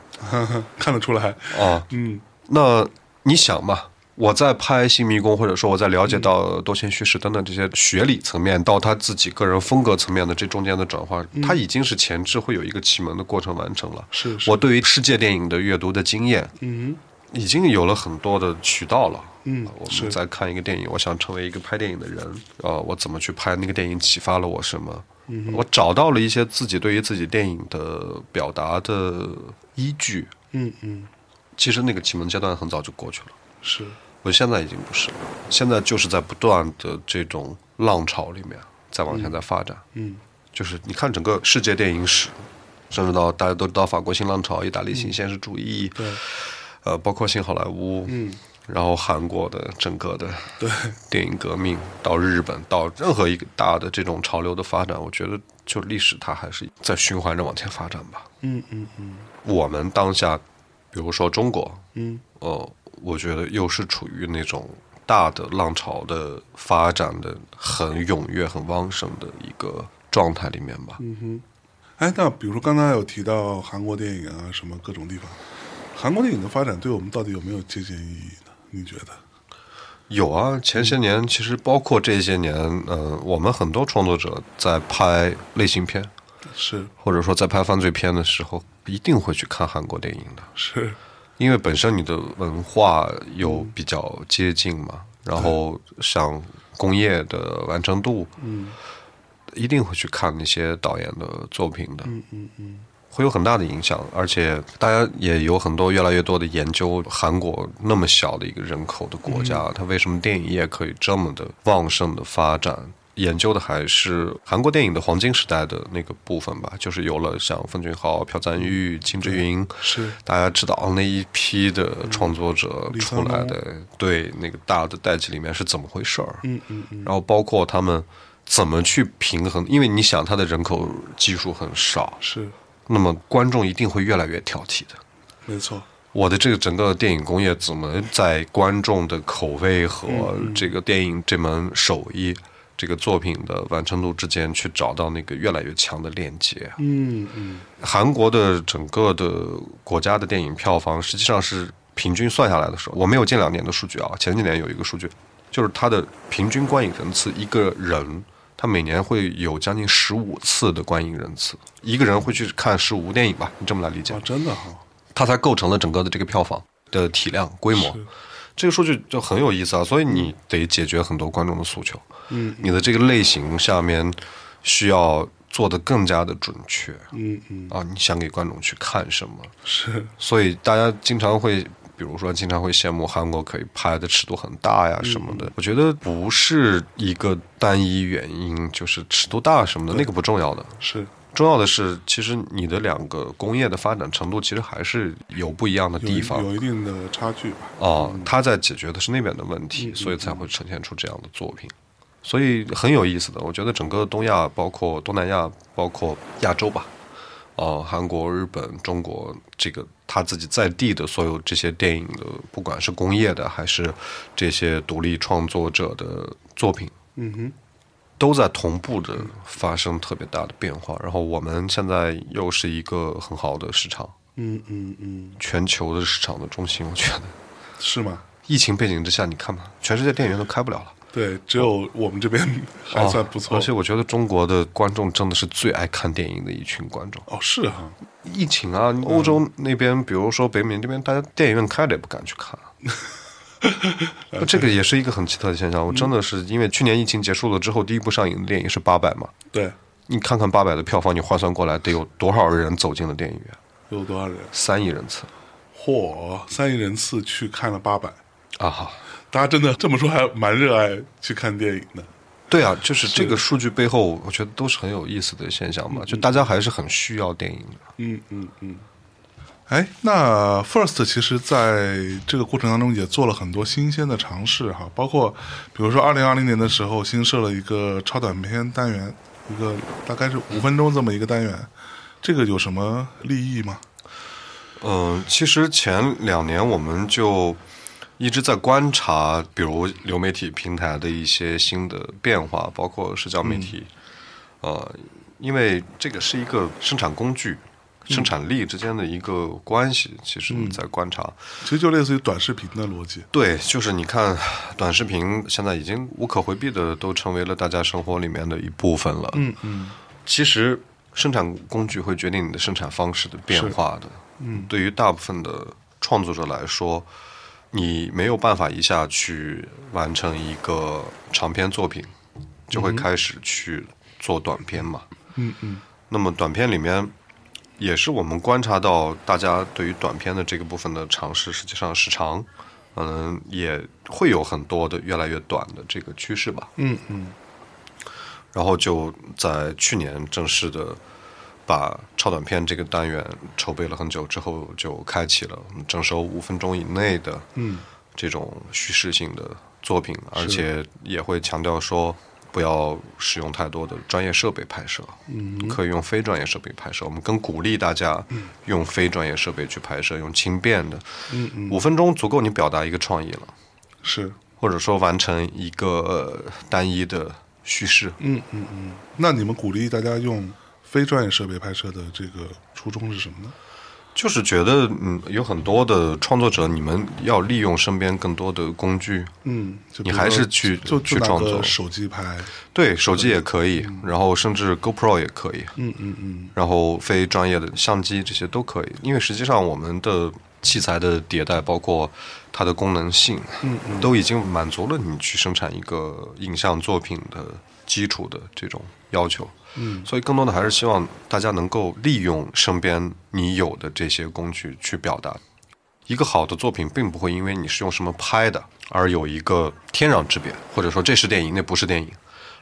S1: 看得出来，
S2: 啊。
S1: 嗯
S2: 那你想嘛，我在拍《新迷宫》，或者说我在了解到多线叙事等等这些学理层面，到他自己个人风格层面的这中间的转化，他已经是前置会有一个启蒙的过程完成了。
S1: 是是
S2: 我对于世界电影的阅读的经验，
S1: 嗯
S2: 已经有了很多的渠道了。啊
S1: 嗯
S2: 我
S1: 是
S2: 们在看一个电影，我想成为一个拍电影的人，呃，我怎么去拍那个电影，启发了我什么？
S1: 嗯
S2: 我找到了一些自己对于自己电影的表达的依据。
S1: 嗯嗯，
S2: 其实那个启蒙阶段很早就过去了，
S1: 是，
S2: 我现在已经不是了，现在就是在不断的这种浪潮里面再往前在发展。
S1: 嗯
S2: 就是你看整个世界电影史，甚至到大家都知道法国新浪潮、意大利新现实主义，
S1: 嗯对
S2: 呃，包括新好莱坞，
S1: 嗯，
S2: 然后韩国的整个的
S1: 对，
S2: 电影革命，到日本，到任何一个大的这种潮流的发展，我觉得就历史它还是在循环着往前发展吧。
S1: 嗯嗯嗯
S2: 我们当下，比如说中国，
S1: 嗯
S2: 呃，我觉得又是处于那种大的浪潮的发展的很踊跃、很旺盛的一个状态里面吧。
S1: 嗯哼，哎，那比如说刚才有提到韩国电影啊，什么各种地方，韩国电影的发展对我们到底有没有借鉴意义呢？你觉得？
S2: 有啊，前些年其实包括这些年，呃，我们很多创作者在拍类型片，
S1: 是
S2: 或者说在拍犯罪片的时候，一定会去看韩国电影的，
S1: 是，
S2: 因为本身你的文化有
S1: 嗯
S2: 比较接近嘛，然后像工业的完成度，
S1: 嗯
S2: 一定会去看那些导演的作品的，
S1: 嗯嗯嗯，
S2: 会有很大的影响。而且大家也有很多越来越多的研究，韩国那么小的一个人口的国家，
S1: 嗯
S2: 它为什么电影业可以这么的旺盛的发展？研究的还是韩国电影的黄金时代的那个部分吧，就是有了像奉俊昊、朴赞郁、金志
S1: 嗯
S2: 云，
S1: 是
S2: 大家知道哦那一批的创作者
S1: 嗯李
S2: 出
S1: 沧
S2: 来的，对那个大的代际里面是怎么回事儿？
S1: 嗯嗯嗯，
S2: 然后包括他们怎么去平衡，因为你想他的人口基数很少，
S1: 是
S2: 那么观众一定会越来越挑剔的。
S1: 没错，啊
S2: 我的这个整个电影工业怎么在观众的口味和
S1: 嗯
S2: 这个电影这门手艺、这个作品的完成度之间去找到那个越来越强的链接？啊
S1: 嗯嗯
S2: 韩国的整个的国家的电影票房实际上是平均算下来的时候，我没有近两年的数据啊，前几年有一个数据，就是它的平均观影人次，一个人他每年会有将近十五次的观影人次，一个人会去看十五部电影吧，你这么来理解
S1: 啊，，真的哈，
S2: 它才构成了整个的这个票房的体量规模。这个数据就很有意思啊，所以你得解决很多观众的诉求，
S1: 嗯
S2: 你的这个类型下面需要做得更加的准确。
S1: 嗯嗯
S2: 啊，你想给观众去看什么？
S1: 是，
S2: 所以大家经常会，比如说经常会羡慕韩国可以拍的尺度很大
S1: 嗯
S2: 呀什么的。我觉得不是一个单一原因，就是尺度大什么的，那个不重要的。
S1: 是
S2: 重要的是，其实你的两个工业的发展程度其实还是有不一样的
S1: 有
S2: 地
S1: 一
S2: 方
S1: 有一定的差距吧，
S2: 啊。他在解决的是那边的问题，所以才会呈现出这样的作品。所以很有意思的，我觉得整个东亚，包括东南亚，包括亚洲吧，呃，韩国、日本、中国这个他自己在地的所有这些电影的，不管是工业的还是这些独立创作者的作品，
S3: 嗯哼，
S2: 都在同步的发生特别大的变化。然后我们现在又是一个很好的市场，
S3: 嗯嗯嗯，
S2: 全球的市场的中心，我觉得。
S1: 是吗？
S2: 疫情背景之下，你看吧，全世界电影院都开不了了，
S1: 对，只有我们这边还算啊不错。
S2: 而且哦我觉得中国的观众真的是最爱看电影的一群观众。
S1: 哦，是哈，
S2: 疫情啊，欧洲那边，比如说北美这边，大家电影院开了也不敢去 看。那这个也是一个很奇特的现象。我真的是因为去年疫情结束了之后，第一部上映的电影是《八佰》嘛，
S1: 对，
S2: 你看看《八佰》的票房，你换算过来得有多少人走进了电影院？
S1: 有多少人？
S2: 三亿人次
S1: 嚯，三亿人次去看了八百，
S2: 啊！哈，
S1: 大家真的这么说还蛮热爱去看电影的。
S2: 对啊，就是这个数据背后，我觉得都是很有意思的现象吧。就大家还是很需要电影的。
S1: 嗯嗯嗯。哎，那 First 其实在这个过程当中也做了很多新鲜的尝试哈，包括比如说二零二零年的时候新设了一个超短片单元，一个大概是五分钟这么一个单元，这个有什么利益吗？
S2: 嗯，其实前两年我们就一直在观察，比如流媒体平台的一些新的变化，包括社交媒体。呃，因为这个是一个生产工具、生产力之间的一个关系，其实你在观察。
S1: 其实就类似于短视频的逻辑，
S2: 对，就是你看，短视频现在已经无可回避的都成为了大家生活里面的一部分了。
S1: 嗯嗯，
S2: 其实生产工具会决定你的生产方式的变化的。嗯，对于大部分的创作者来说，你没有办法一下去完成一个长篇作品，就
S1: 嗯
S2: 会开始去做短篇嘛。嗯嗯。那么短片里面，也是我们观察到大家对于短片的这个部分的尝试，实际上时长，嗯，也会有很多的越来越短的这个趋势吧。
S1: 嗯嗯，
S2: 然后就在去年正式的把超短片这个单元筹备了很久之后，就开启了嗯我们征收五分钟以内的
S1: 嗯
S2: 这种叙事性的作品，而且也会强调说不要使用太多的专业设备拍摄，嗯，可以用非专业设备拍摄。我们更鼓励大家用非专业设备去拍摄，用轻便的，嗯嗯，五分钟足够你表达一个创意了。
S1: 是，
S2: 或者说完成一个呃单一的叙事，
S1: 嗯嗯嗯。那你们鼓励大家用非专业设备拍摄的这个初衷是什么呢？
S2: 就是觉得嗯，有很多的创作者，你们要利用身边更多的工具，
S1: 嗯，就比
S2: 你
S1: 如
S2: 还
S1: 说
S2: 是去
S1: 就就
S2: 去
S1: 拿
S2: 创
S1: 个
S2: 作
S1: 手机拍，
S2: 对手机也可以，然后甚至 GoPro 也可以，
S1: 嗯嗯嗯，
S2: 然后非专业的相机这些都可以，因为实际上我们的器材的迭代，包括它的功能性，嗯嗯，都已经满足了你去生产一个影像作品的基础的这种要求，嗯，所以更多的还是希望大家能够利用身边你有的这些工具去表达。一个好的作品并不会因为你是用什么拍的而有一个天壤之别，或者说这是电影，那不是电影。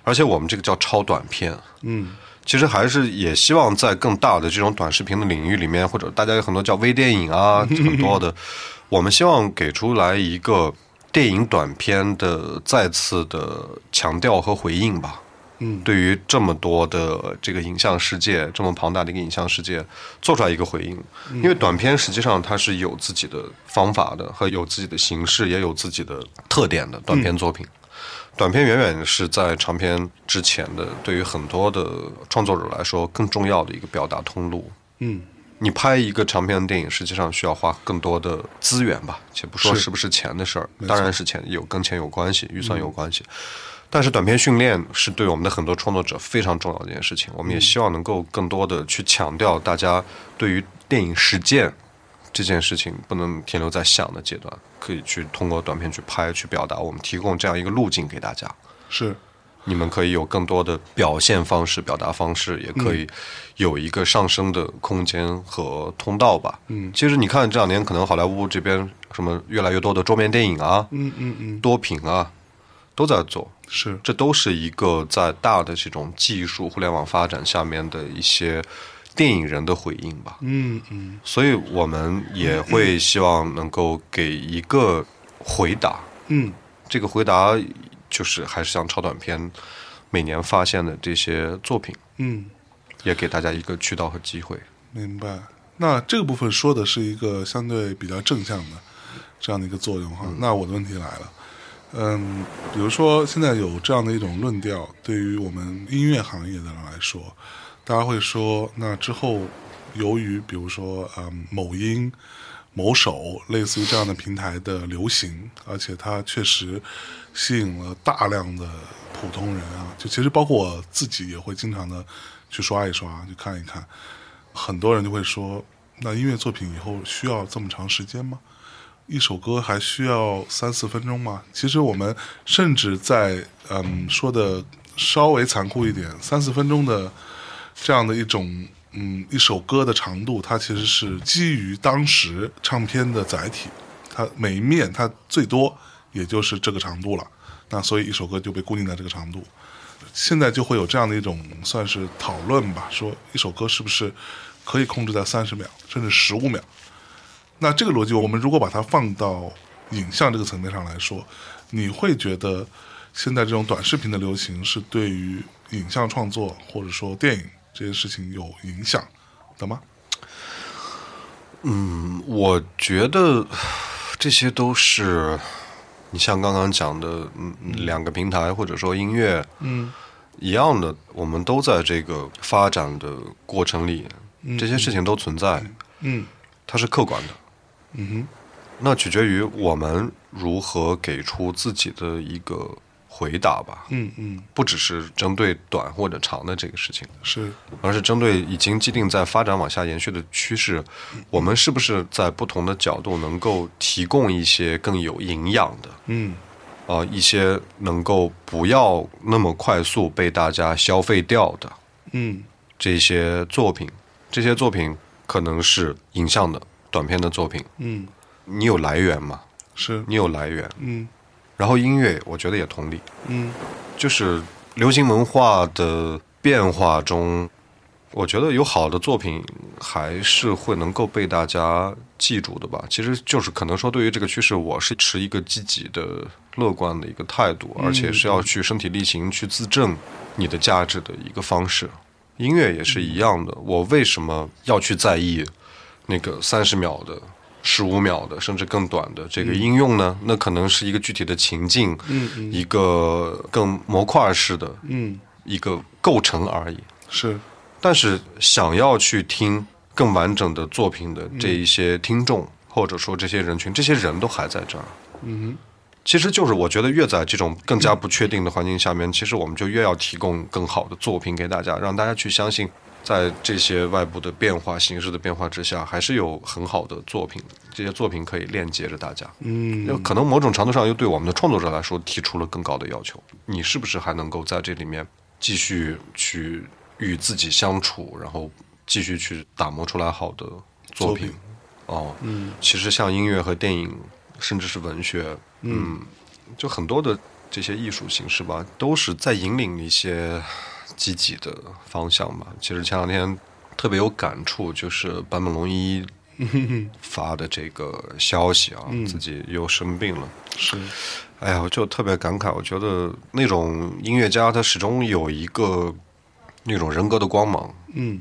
S2: 而且我们这个叫超短片，其实还是也希望在更大的这种短视频的领域里面，或者大家有很多叫微电影啊，很多的，我们希望给出来一个电影短片的再次的强调和回应吧。
S1: 嗯，
S2: 对于这么多的这个影像世界，这么庞大的一个影像世界，做出来一个回应。因为短片实际上它是有自己的方法的，和有自己的形式，也有自己的特点的短片作品。短片远远是在长片之前的，对于很多的创作者来说更重要的一个表达通路。
S1: 嗯，
S2: 你拍一个长篇电影，实际上需要花更多的资源吧，且不说
S1: 是
S2: 是不是钱的事儿，当然是钱有跟钱有关系，预算有关系。但是短片训练是对我们的很多创作者非常重要的一件事情，我们也希望能够更多的去强调大家对于电影实践这件事情不能停留在想的阶段，可以去通过短片去拍去表达，我们提供这样一个路径给大家。
S1: 是，
S2: 你们可以有更多的表现方式、表达方式，也可以有一个上升的空间和通道吧。嗯，其实你看这两年，可能好莱坞这边什么越来越多的桌面电影啊、
S1: 嗯嗯嗯，
S2: 多屏啊，都在做，
S1: 是，
S2: 这都是一个在大的这种技术互联网发展下面的一些电影人的回应吧。
S1: 嗯嗯
S2: 所以我们也会希望能够给一个回答，
S1: 嗯
S2: 这个回答就是还是像超短片每年发现的这些作品，
S1: 嗯，
S2: 也给大家一个渠道和机会。
S1: 明白。那这个部分说的是一个相对比较正向的这样的一个作用哈。那我的问题来了，嗯，比如说现在有这样的一种论调，对于我们音乐行业的人来说，大家会说，呃那之后由于比如说嗯某音、某手类似于这样的平台的流行，而且它确实吸引了大量的普通人啊，就其实包括我自己也会经常的去刷一刷，去看一看。很多人就会说，那音乐作品以后需要这么长时间吗？一首歌还需要三四分钟吗？其实我们甚至在嗯说的稍微残酷一点，三四分钟的这样的一种嗯一首歌的长度，它其实是基于当时唱片的载体，它每一面它最多也就是这个长度了。那所以一首歌就被固定在这个长度。现在就会有这样的一种算是讨论吧，说一首歌是不是可以控制在三十秒甚至十五秒？那这个逻辑，我们如果把它放到影像这个层面上来说，你会觉得现在这种短视频的流行是对于影像创作或者说电影这些事情有影响的吗？
S2: 嗯我觉得这些都是你像刚刚讲的，嗯，两个平台或者说音乐，
S1: 嗯，
S2: 一样的，我们都在这个发展的过程里，这些事情都存在，
S1: 嗯
S2: 它是客观的。
S1: 嗯
S2: 那取决于我们如何给出自己的一个回答吧，
S1: 哼，嗯嗯，
S2: 不只是针对短或者长的这个事情，
S1: 是，
S2: 而是针对已经既定在发展往下延续的趋势，我们是不是在不同的角度能够提供一些更有营养的
S1: 嗯
S2: 啊、呃一些能够不要那么快速被大家消费掉的
S1: 嗯
S2: 这些作品？这些作品可能是影像的短片的作品，
S1: 嗯，
S2: 你有来源吗？
S1: 是，
S2: 你有来源。
S1: 嗯
S2: 然后音乐，我觉得也同理，
S1: 嗯
S2: 就是流行文化的变化中，我觉得有好的作品还是会能够被大家记住的吧。其实就是可能说，对于这个趋势，我是持一个积极的、乐观的一个态度，而且是要去身体力行去自证你的价值的一个方式。音乐也是一样的，我为什么要去在意那个三十秒的、十五秒的，甚至更短的这个应用呢？那可能是一个具体的情境，一个更模块式的
S1: 嗯，
S2: 一个构成而已。
S1: 是，
S2: 但是想要去听更完整的作品的这一些听众，或者说这些人群，这些人都还在这儿。
S1: 嗯
S2: 其实就是我觉得越在这种更加不确定的环境下面，其实我们就越要提供更好的作品给大家，让大家去相信，在这些外部的变化、形式的变化之下，还是有很好的作品，这些作品可以链接着大家。
S1: 嗯
S2: 那可能某种程度上又对我们的创作者来说提出了更高的要求。你是不是还能够在这里面继续去与自己相处，然后继续去打磨出来好的作
S1: 作
S2: 品
S1: 品？
S2: 哦，
S1: 嗯
S2: 其实像音乐和电影，甚至是文学，嗯，就很多的这些艺术形式吧，都是在引领一些积极的方向吧。其实前两天特别有感触，就是坂本龙一发的这个消息啊，自己又生病了。
S1: 是，
S2: 哎呀，我就特别感慨，我觉得那种音乐家他始终有一个那种人格的光芒，
S1: 嗯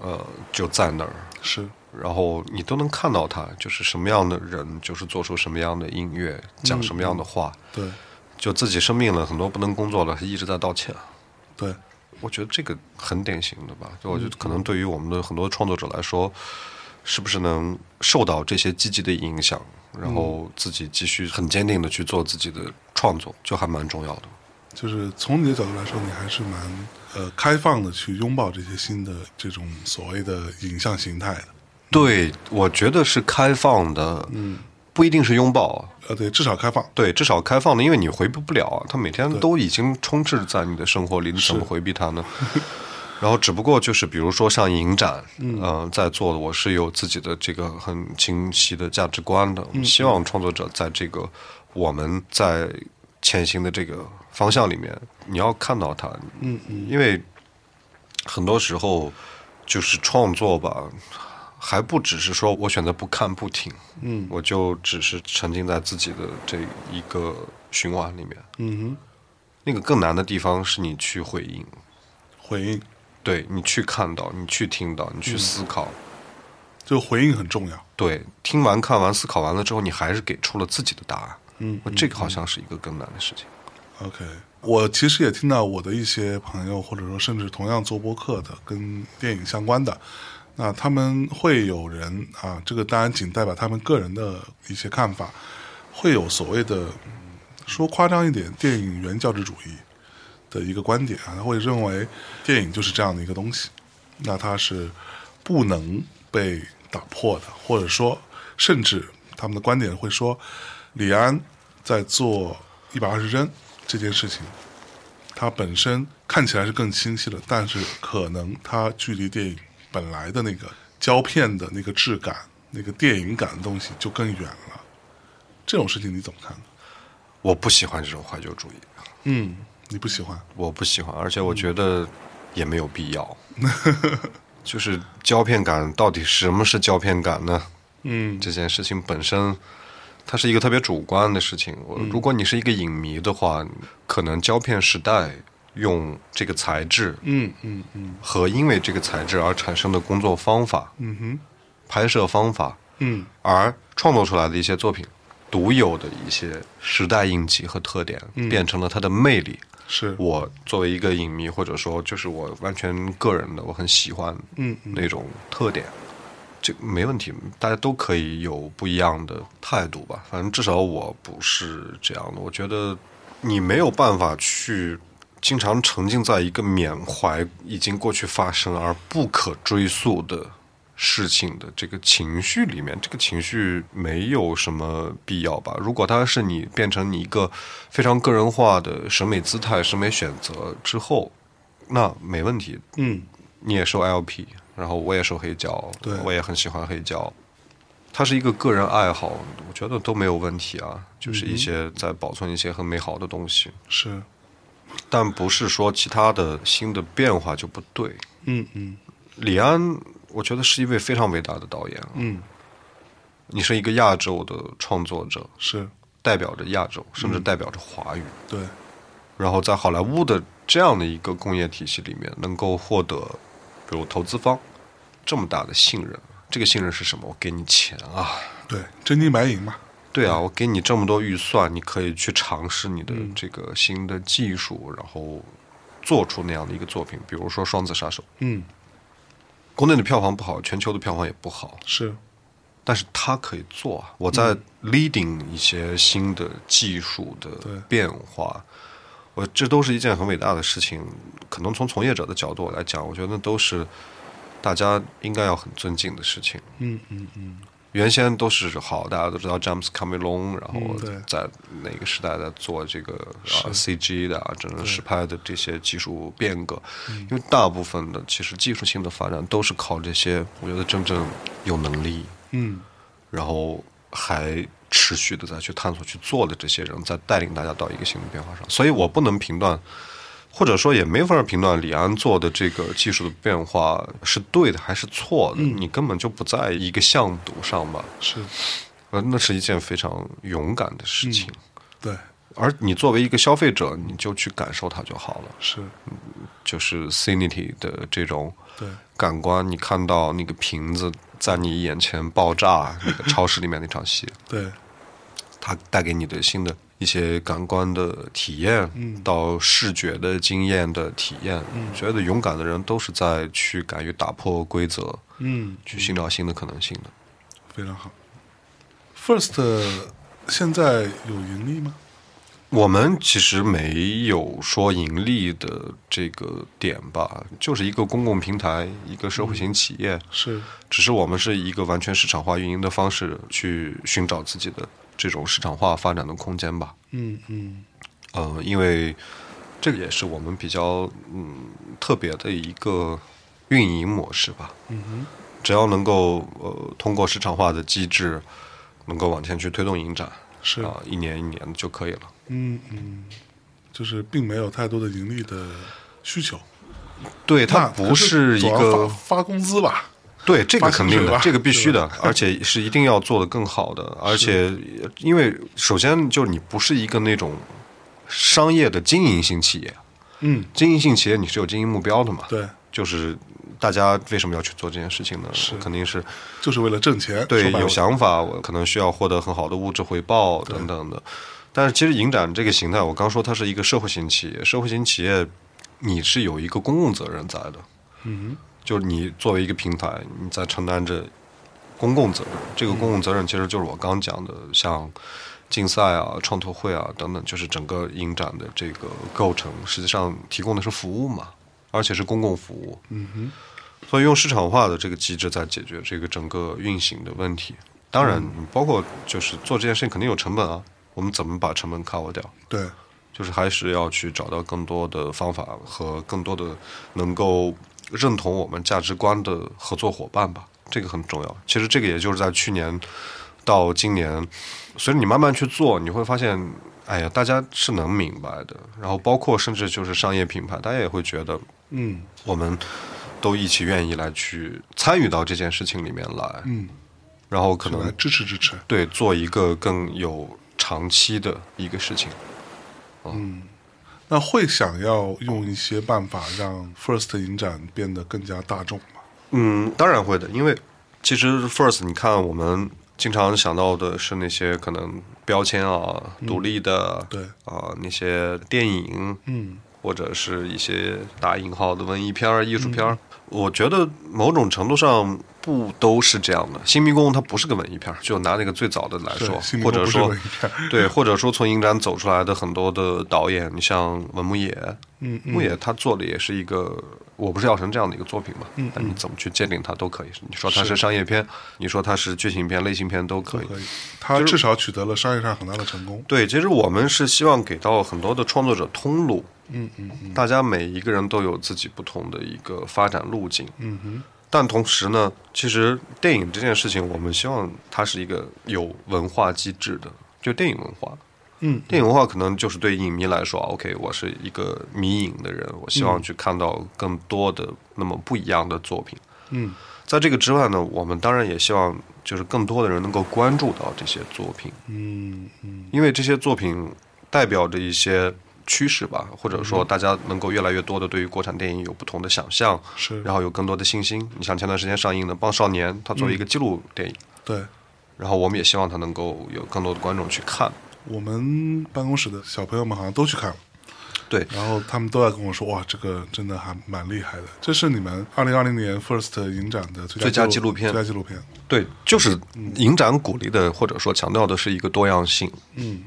S2: 呃，就在那儿。
S1: 是，
S2: 然后你都能看到他，就是什么样的人，就是做出什么样的音乐，讲什么样的话，
S1: 对
S2: 就自己生病了，很多不能工作了，他一直在道歉。
S1: 对，
S2: 我觉得这个很典型的吧，就我觉得可能对于我们的很多创作者来说，是不是能受到这些积极的影响，然后自己继续很坚定的去做自己的创作，就还蛮重要的。
S1: 就是从你的角度来说，你还是蛮呃开放的去拥抱这些新的这种所谓的影像形态的。
S2: 对，我觉得是开放的，嗯，不一定是拥抱啊，
S1: 呃，对，至少开放。
S2: 对，至少开放的，因为你回避不了啊，它每天都已经充斥在你的生活里，你怎么回避它呢？ 然后只不过就是，比如说像影展，嗯、在做的我是有自己的这个很清晰的价值观的，我
S1: 嗯
S2: 们希望创作者在这个我们在前行的这个方向里面，你要看到它，
S1: 嗯嗯
S2: 因为很多时候就是创作吧，还不只是说我选择不看不听，
S1: 嗯
S2: 我就只是沉浸在自己的这一个循环里面。
S1: 嗯哼，
S2: 那个更难的地方是你去回应，
S1: 回应。
S2: 对你去看到，你去听到，你
S1: 嗯
S2: 去思考，
S1: 就回应很重要。
S2: 对，听完、看完、思考完了之后，你还是给出了自己的答案。
S1: 嗯
S2: 我这个好像是一个更难的事情。
S1: OK，我其实也听到我的一些朋友，或者说甚至同样做播客的，跟电影相关的，那他们会有人啊，这个当然仅代表他们个人的一些看法，会有所谓的嗯说夸张一点，电影原教旨主义的一个观点啊，他会认为电影就是这样的一个东西，那它是不能被打破的，或者说，甚至他们的观点会说，李安在做一百二十帧这件事情，它本身看起来是更清晰的，但是可能它距离电影本来的那个胶片的那个质感、那个电影感的东西就更远了。这种事情你怎么看？
S2: 我不喜欢这种怀旧主义，
S1: 嗯，你不喜欢？
S2: 我不喜欢，而且我
S1: 嗯
S2: 觉得也没有必要。 就是胶片感到底什么是胶片感呢？
S1: 嗯
S2: 这件事情本身，它是一个特别主观的事情。我如果你是一个影迷的话，可能胶片时代用这个材质
S1: 嗯嗯嗯
S2: 和因为这个材质而产生的工作方法、
S1: 嗯哼
S2: 拍摄方法，
S1: 嗯
S2: 而创作出来的一些作品，独有的一些时代印记和特点，变成了它的魅力。
S1: 是
S2: 我作为一个影迷，或者说就是我完全个人的，我很喜欢
S1: 嗯嗯
S2: 那种特点，这没问题，大家都可以有不一样的态度吧。反正至少我不是这样的。我觉得你没有办法去经常沉浸在一个缅怀已经过去发生而不可追溯的事情的这个情绪里面，这个情绪没有什么必要吧？如果它是你变成你一个非常个人化的审美姿态、审美选择之后，那没问题，
S1: 嗯
S2: 你也收 LP，然后我也收黑胶，
S1: 对
S2: 我也很喜欢黑胶。它是一个个人爱好，我觉得都没有问题啊，就是一些在保存一些很美好的东西，
S1: 是
S2: 但不是说其他的新的变化就不对。
S1: 嗯嗯
S2: 李安，我觉得是一位非常伟大的导演啊。
S1: 嗯
S2: 你是一个亚洲的创作者，
S1: 是
S2: 代表着亚洲，甚至代表着华语，
S1: 对
S2: 然后在好莱坞的这样的一个工业体系里面，能够获得比如投资方这么大的信任，这个信任是什么？我给你钱啊，
S1: 对真金白银嘛
S2: 对啊，我给你这么多预算，你可以去尝试你的这个新的技术，然后做出那样的一个作品，比如说《双子杀手》，
S1: 嗯
S2: 国内的票房不好，全球的票房也不好，
S1: 是
S2: 但是它可以做
S1: 嗯
S2: 啊。我在 leading 一些新的技术的
S1: 对
S2: 变化，我这都是一件很伟大的事情。可能从从业者的角度来讲，我觉得都是大家应该要很尊敬的事情。
S1: 嗯嗯嗯
S2: 原先都是好，大家都知道詹姆斯卡梅隆，然后
S1: 嗯对
S2: 在哪个时代在做这个啊
S1: 是
S2: CG 的啊，整个实拍的这些技术变革，
S1: 嗯
S2: 因为大部分的其实技术性的发展都是靠这些，我觉得真正有能力，
S1: 嗯
S2: 然后还持续的再去探索去做的这些人，在带领大家到一个新的变化上。所以我不能评断，或者说也没法评断李安做的这个技术的变化是对的还是错的，你根本就不在一个向度上吧。
S1: 是
S2: 呃，那是一件非常勇敢的事情。
S1: 对
S2: 而你作为一个消费者，你就去感受它就好了。
S1: 是
S2: 就是 Cinity 的这种
S1: 对
S2: 感官，你看到那个瓶子在你眼前爆炸，那个超市里面那场戏，
S1: 对
S2: 它带给你的新的一些感官的体验，
S1: 嗯
S2: 到视觉的经验的体验。
S1: 嗯
S2: 觉得勇敢的人都是在去敢于打破规则，
S1: 嗯
S2: 去寻找新的可能性的。
S1: 非常好。First 呃现在有盈利吗？
S2: 我们其实没有说盈利的这个点吧，就是一个公共平台，一个社会型企业，
S1: 是
S2: 只是我们是一个完全市场化运营的方式去寻找自己的这种市场化发展的空间吧。
S1: 嗯嗯
S2: 呃，因为这个也是我们比较嗯特别的一个运营模式吧。
S1: 嗯哼
S2: 只要能够呃通过市场化的机制，能够往前去推动影展
S1: 是
S2: 啊、一年一年就可以了。
S1: 嗯嗯，就是并没有太多的盈利的需求。
S2: 对，它
S1: 那可
S2: 不是一
S1: 总要
S2: 个
S1: 发发工资吧？
S2: 对，这个
S1: 发薪
S2: 肯定
S1: 水
S2: 的
S1: 吧，
S2: 这个必须
S1: 对
S2: 的，而且是一定要做得更好的。而且，因为首先就是你不是一个那种商业的经营型企业，
S1: 嗯，
S2: 经营性企业你是有经营目标的嘛，
S1: 对，
S2: 就是大家为什么要去做这件事情呢？肯定是
S1: 就是为了挣钱。
S2: 对
S1: 说白了
S2: 有想法，我可能需要获得很好的物质回报等等的。但是其实影展这个形态，我刚说它是一个社会型企业，社会型企业你是有一个公共责任在的，
S1: 嗯
S2: 就是你作为一个平台，你在承担着公共责任。这个公共责任其实就是我刚讲的，像竞赛啊、创投会啊等等，就是整个影展的这个构成，实际上提供的是服务嘛，而且是公共服务。
S1: 嗯哼，
S2: 所以用市场化的这个机制在解决这个整个运行的问题。当然，包括就是做这件事情肯定有成本啊，我们怎么把成本 cover 掉？
S1: 对，
S2: 就是还是要去找到更多的方法和更多的能够认同我们价值观的合作伙伴吧，这个很重要。其实这个也就是在去年到今年，随着你慢慢去做，你会发现，哎呀，大家是能明白的。然后包括甚至就是商业品牌，大家也会觉得
S1: 嗯
S2: 我们都一起愿意来去参与到这件事情里面来，
S1: 嗯，
S2: 然后可
S1: 就来
S2: 能
S1: 支持支持。
S2: 对做一个更有长期的一个事情。
S1: 那会想要用一些办法让 First 影展变得更加大众吗？
S2: 嗯，当然会的，因为其实 First，你看我们经常想到的是那些可能标签啊，独立的，
S1: 嗯对
S2: 啊、那些电影，
S1: 嗯
S2: 或者是一些打引号的文艺片儿、艺术片
S1: 嗯
S2: 儿。我觉得某种程度上不都是这样的，《新迷宫》它不是个文艺片儿，就拿那个最早的来
S1: 对
S2: 说
S1: 新，迷
S2: 或
S1: 宫
S2: 者
S1: 不是
S2: 说
S1: 文艺片儿
S2: 对，或者说从影展走出来的很多的导演，你像文牧野，
S1: 嗯
S2: 牧野他做的也是一个，我不是药神这样的一个作品嘛，
S1: 嗯
S2: 但你怎么去界定它都可以，你说它
S1: 是
S2: 是商业片，你说它是剧情片、类型片都可以。
S1: 可以，他至少取得了商业上很大的成功。
S2: 对，其实我们是希望给到很多的创作者通路，
S1: 嗯嗯嗯
S2: 大家每一个人都有自己不同的一个发展路径，
S1: 嗯哼，
S2: 但同时呢，其实电影这件事情，我们希望它是一个有文化机制的，就电影文化。
S1: 嗯
S2: 电影文化可能就是对影迷来说啊，OK，我是一个迷影的人，我希望去看到更多的那么不一样的作品。
S1: 嗯
S2: 在这个之外呢，我们当然也希望就是更多的人能够关注到这些作品，
S1: 嗯嗯
S2: 因为这些作品代表着一些趋势吧，或者说大家能够越来越多的对于国产电影有不同的想象，
S1: 是，
S2: 然后有更多的信心。你像前段时间上映的《棒少年》，它作为一个纪录电影，
S1: 对
S2: 然后我们也希望它能够有更多的观众去看。
S1: 我们办公室的小朋友们好像都去看了。
S2: 对，
S1: 然后他们都在跟我说，哇，这个真的还蛮厉害的。这是你们二零二零年 First 影展的最
S2: 最佳
S1: 纪
S2: 纪录片
S1: 最佳纪录片。
S2: 对，就是影展鼓励的或者说强调的是一个多样性，
S1: 嗯，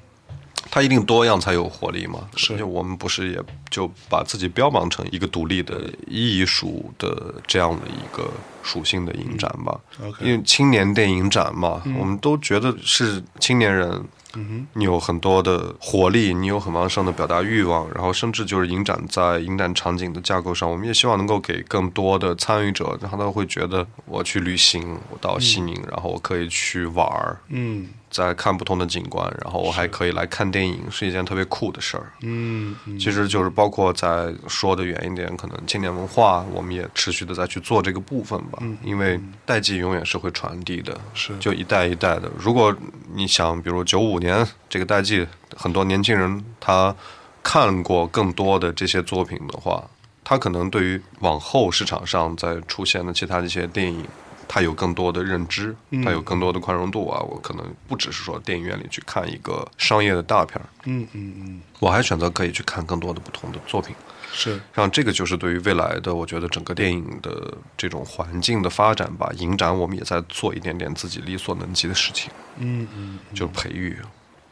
S2: 它一定多样才有活力嘛。
S1: 是
S2: 就我们不是也就把自己标榜成一个独立的艺术的这样的一个属性的影展吧？
S1: OK
S2: 因为青年电影展嘛，我们都觉得是青年人。
S1: 嗯
S2: 你有很多的活力，你有很旺盛的表达欲望，然后甚至就是影展在影展场景的架构上，我们也希望能够给更多的参与者，让他会觉得我去旅行，我到西宁，然后我可以去玩儿，
S1: 嗯
S2: 再看不同的景观，然后我还可以来看电影，是一件特别酷的事儿。
S1: 嗯嗯
S2: 其实就是包括在说的远一点，可能青年文化，我们也持续的再去做这个部分吧，因为代际永远是会传递的，
S1: 嗯是
S2: 就一代一代的。如果你想，比如九五年这个代际，很多年轻人他看过更多的这些作品的话，他可能对于往后市场上再出现的其他的一些电影。他有更多的认知，他有更多的宽容度啊！我可能不只是说电影院里去看一个商业的大片儿，
S1: 嗯嗯嗯，
S2: 我还选择可以去看更多的不同的作品。
S1: 是
S2: 让这个就是对于未来的，我觉得整个电影的这种环境的发展吧，影展我们也在做一点点自己力所能及的事情，
S1: 嗯嗯
S2: 就是培育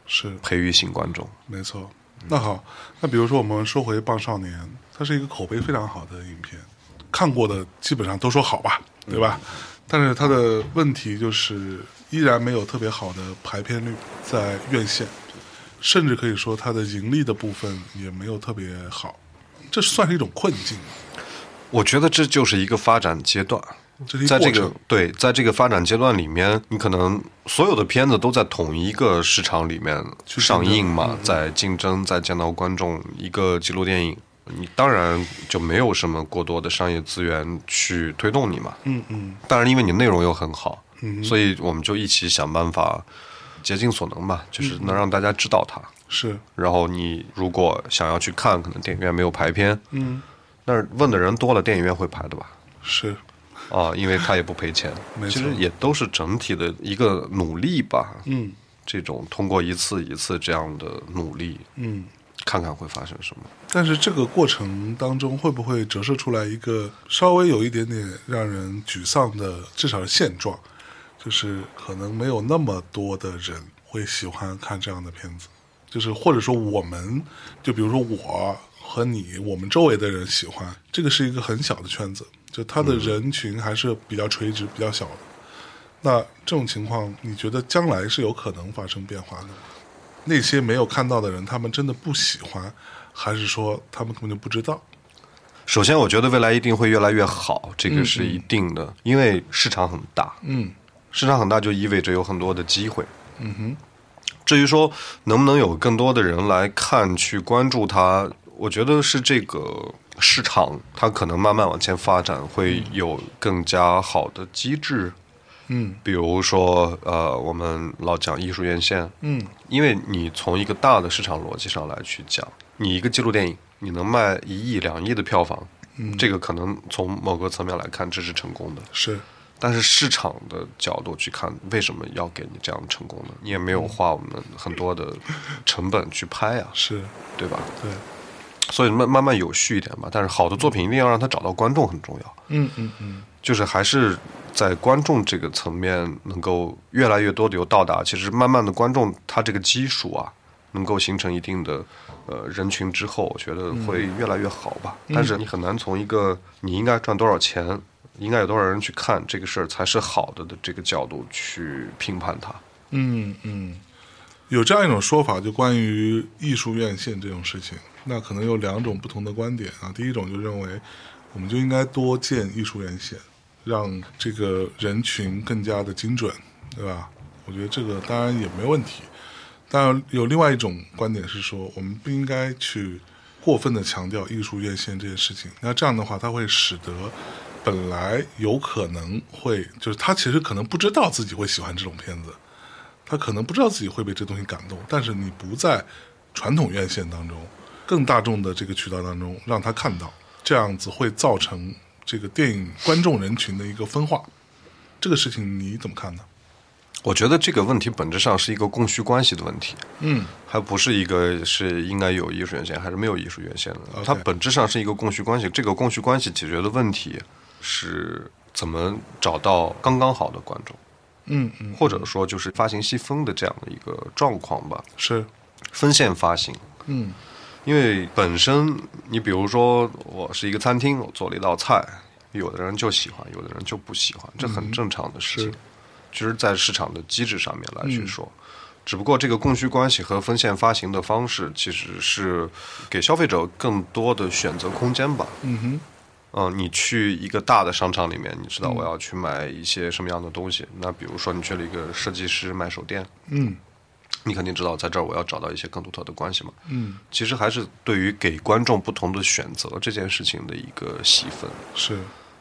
S1: 是
S2: 培育新观众。
S1: 没错。那好，那比如说我们说回《棒少年》，它是一个口碑非常好的影片，看过的基本上都说好吧，对吧？但是它的问题就是依然没有特别好的排片率在院线，甚至可以说它的盈利的部分也没有特别好，这算是一种困境，
S2: 我觉得这就是一个发展阶段，
S1: 这是一
S2: 在
S1: 过
S2: 这
S1: 程。
S2: 个对，在这个发展阶段里面，你可能所有的片子都在同一个市场里面
S1: 去竞争嗯
S2: 上映嘛，在竞争，在见到观众一个纪录电影，你当然就没有什么过多的商业资源去推动你嘛。
S1: 嗯嗯
S2: 当然，因为你内容又很好，
S1: 嗯，
S2: 所以我们就一起想办法，竭尽所能吧，
S1: 嗯
S2: 就是能让大家知道它。
S1: 是
S2: 然后你如果想要去看，可能电影院没有排片，
S1: 嗯
S2: 那儿问的人多了，电影院会排的 吧？
S1: 是
S2: 啊，因为他也不赔钱
S1: 没，错
S2: 其实也都是整体的一个努力吧。
S1: 嗯
S2: 这种通过一次一次这样的努力，
S1: 嗯。
S2: 看看会发生什么。
S1: 但是这个过程当中，会不会折射出来一个稍微有一点点让人沮丧的，至少是现状，就是可能没有那么多的人会喜欢看这样的片子，就是或者说我们，就比如说我和你，我们周围的人喜欢，这个是一个很小的圈子，就它的人群还是比较垂直、比较小的。那这种情况，你觉得将来是有可能发生变化的吗？那些没有看到的人，他们真的不喜欢，还是说他们根本就不知道？
S2: 首先，我觉得未来一定会越来越好，这个是一定的，因为市场很大，
S1: 嗯
S2: 市场很大就意味着有很多的机会。
S1: 嗯哼，
S2: 至于说能不能有更多的人来看、去关注它，我觉得是这个市场它可能慢慢往前发展，会有更加好的机制。
S1: 嗯
S2: 比如说，呃，我们老讲艺术院线，
S1: 嗯
S2: 因为你从一个大的市场逻辑上来去讲，你一个纪录电影，你能卖一亿、两亿的票房，
S1: 嗯，
S2: 这个可能从某个层面来看，这是成功的。
S1: 是
S2: 但是市场的角度去看，为什么要给你这样的成功呢？你也没有花我们很多的成本去拍呀、
S1: 是，
S2: 对吧？
S1: 对，
S2: 所以慢慢慢有序一点吧。但是好的作品一定要让它找到观众很重要，
S1: 嗯嗯嗯
S2: 就是还是在观众这个层面能够越来越多的有到达。其实慢慢的观众他这个基数啊，能够形成一定的呃人群之后，我觉得会越来越好吧。但是你很难从一个你应该赚多少钱，应该有多少人去看这个事儿才是好的的这个角度去评判它。
S1: 嗯嗯，有这样一种说法，就关于艺术院线这种事情，那可能有两种不同的观点啊。第一种就认为，我们就应该多建艺术院线，让这个人群更加的精准，对吧？我觉得这个当然也没问题。但有另外一种观点是说，我们不应该去过分的强调艺术院线这件事情。那这样的话，它会使得本来有可能会，就是他其实可能不知道自己会喜欢这种片子，他可能不知道自己会被这东西感动。但是你不在传统院线当中，更大众的这个渠道当中让他看到，这样子会造成这个电影观众人群的一个分化。这个事情你怎么看呢？
S2: 我觉得这个问题本质上是一个供需关系的问题。
S1: 嗯
S2: 还不是一个是应该有艺术院线还是没有艺术院线的
S1: OK
S2: 它本质上是一个供需关系。这个供需关系解决的问题是怎么找到刚刚好的观众，
S1: 嗯嗯，
S2: 或者说就是发行细分的这样的一个状况吧，
S1: 是，
S2: 分线发行。
S1: 嗯
S2: 因为本身你比如说我是一个餐厅，我做了一道菜，有的人就喜欢，有的人就不喜欢，这很正常的事情。
S1: 是
S2: 其实，在市场的机制上面来去
S1: 嗯
S2: 说，只不过这个供需关系和分线发行的方式，其实是给消费者更多的选择空间吧。
S1: 嗯哼，
S2: 嗯，你去一个大的商场里面，你知道我要去买一些什么样的东西。那比如说，你去了一个设计师买手店，
S1: 嗯
S2: 你肯定知道在这儿我要找到一些更独特的关系嘛。
S1: 嗯
S2: 其实还是对于给观众不同的选择这件事情的一个细分。
S1: 是，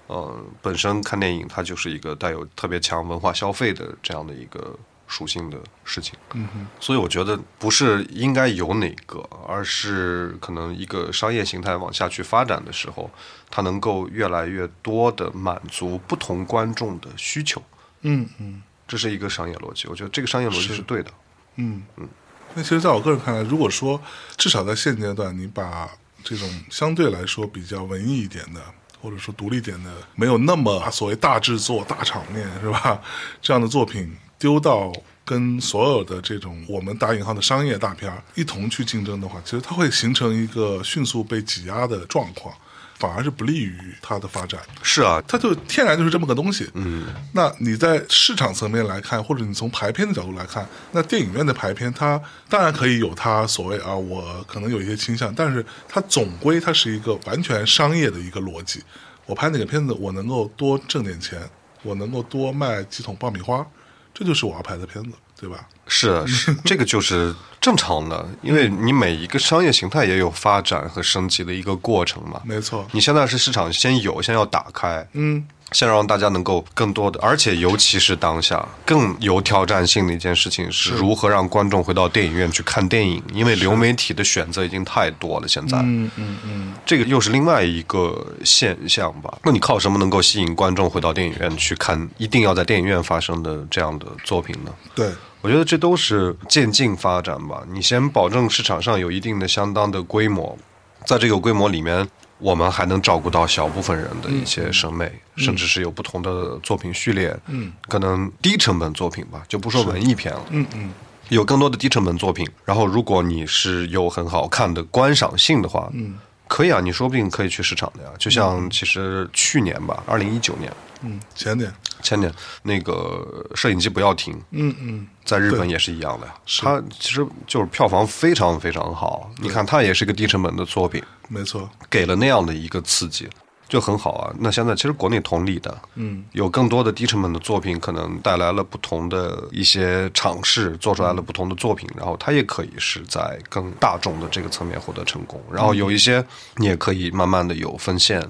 S2: 嗯，本身看电影它就是一个带有特别强文化消费的这样的一个属性的事情，
S1: 嗯哼，
S2: 所以我觉得不是应该有哪个，而是可能一个商业形态往下去发展的时候，它能够越来越多的满足不同观众的需求，
S1: 嗯嗯
S2: 这是一个商业逻辑。我觉得这个商业逻辑
S1: 是
S2: 是对的。
S1: 嗯嗯。那其实，在我个人看来，如果说至少在现阶段，你把这种相对来说比较文艺一点的，或者说独立点的，没有那么所谓大制作、大场面是吧？这样的作品丢到跟所有的这种我们打引号的商业大片儿一同去竞争的话，其实它会形成一个迅速被挤压的状况，反而是不利于它的发展。
S2: 是啊，
S1: 它就天然就是这么个东西。嗯，那你在市场层面来看，或者你从排片的角度来看，那电影院的排片，它当然可以有它所谓啊，我可能有一些倾向，但是它总归它是一个完全商业的一个逻辑。我拍哪个片子，我能够多挣点钱，我能够多卖几桶爆米花，这就是我要拍的片子，对吧？
S2: 是 啊是，这个就是正常的，因为你每一个商业形态也有发展和升级的一个过程嘛。
S1: 没错，
S2: 你现在是市场先有，先要打开，
S1: 嗯
S2: 先让大家能够更多的，而且尤其是当下更有挑战性的一件事情是如何让观众回到电影院去看电影，因为流媒体的选择已经太多了。现在，
S1: 嗯嗯嗯，
S2: 这个又是另外一个现象吧？那你靠什么能够吸引观众回到电影院去看一定要在电影院发生的这样的作品呢？
S1: 对，
S2: 我觉得这都是渐进发展吧。你先保证市场上有一定的相当的规模，在这个规模里面，我们还能照顾到小部分人的一些审美，甚至是有不同的作品序列，
S1: 嗯，
S2: 可能低成本作品吧，就不说文艺片了，
S1: 嗯嗯
S2: 有更多的低成本作品。然后，如果你是有很好看的观赏性的话，
S1: 嗯
S2: 可以啊，你说不定可以去市场的呀。就像其实去年吧，二零一九年
S1: 嗯，前点，
S2: 前年那个摄影机不要停，
S1: 嗯嗯，
S2: 在日本也是一样的呀，
S1: 是
S2: 它其实就是票房非常非常好。你看，它也是一个低成本的作品，
S1: 没错，
S2: 给了那样的一个刺激，就很好啊。那现在其实国内同理的，
S1: 嗯，
S2: 有更多的低成本的作品，可能带来了不同的一些尝试，做出来了不同的作品，然后它也可以是在更大众的这个层面获得成功。然后有一些你也可以慢慢的有分线，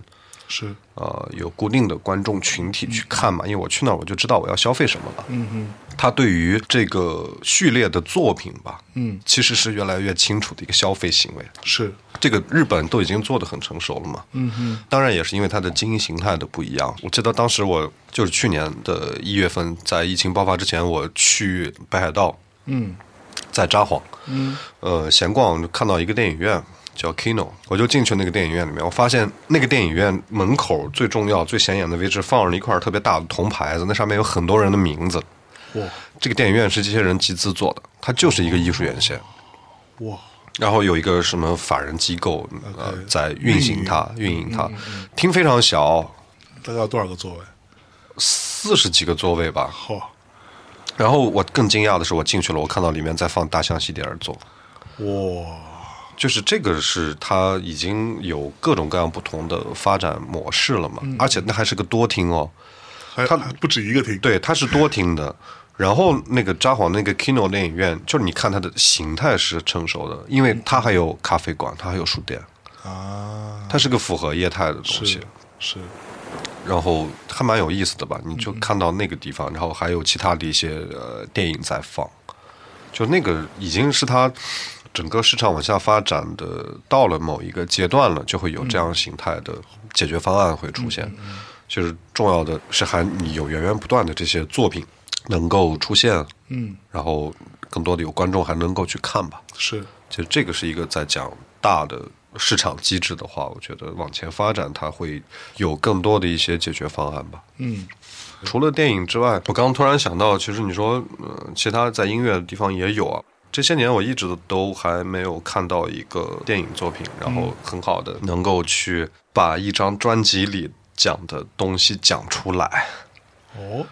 S1: 是，
S2: 呃，有固定的观众群体去看嘛，因为我去那儿我就知道我要消费什么了。
S1: 嗯嗯
S2: 他对于这个序列的作品吧，
S1: 嗯，
S2: 其实是越来越清楚的一个消费行为。
S1: 是，
S2: 这个日本都已经做得很成熟了嘛，
S1: 嗯嗯
S2: 当然也是因为它的经营形态的不一样。我记得当时我就是去年的一月份，在疫情爆发之前，我去北海道，
S1: 嗯
S2: 在札幌，
S1: 嗯
S2: 呃，闲逛就看到一个电影院叫 Kino，我就进去那个电影院里面，我发现那个电影院门口最重要、最显眼的位置放着一块特别大的铜牌子，那上面有很多人的名字。
S1: 哇
S2: 这个电影院是这些人集资做的，它就是一个艺术院线，
S1: 哇，
S2: 然后有一个什么法人机构呃
S1: OK
S2: 在运行它，运营它，厅非常小，
S1: 大概有多少个座位？
S2: 四十几个座位吧。
S1: 嚯，
S2: 然后我更惊讶的是，我进去了，我看到里面在放《大象席地而坐》，
S1: 哇，
S2: 就是这个是它已经有各种各样不同的发展模式了嘛，而且那还是个多厅哦，
S1: 还还不止一个厅，
S2: 对，它是多厅的。然后那个札幌那个 Kino 电影院，就是你看它的形态是成熟的，因为它还有咖啡馆，它还有书店，
S1: 啊，
S2: 它是个符合业态的东西
S1: 是，是，
S2: 然后还蛮有意思的吧？你就看到那个地方，然后还有其他的一些呃电影在放，就那个已经是它整个市场往下发展的到了某一个阶段了，就会有这样形态的解决方案会出现。就是重要的是还你有源源不断的这些作品能够出现，
S1: 嗯
S2: 然后更多的有观众还能够去看吧。
S1: 是，
S2: 其实这个是一个在讲大的市场机制的话，我觉得往前发展，它会有更多的一些解决方案吧。
S1: 嗯
S2: 除了电影之外，我刚刚突然想到，其实你说，呃，其他在音乐的地方也有啊。这些年我一直都还没有看到一个电影作品，然后很好的能够去把一张专辑里讲的东西讲出来，
S1: 哦，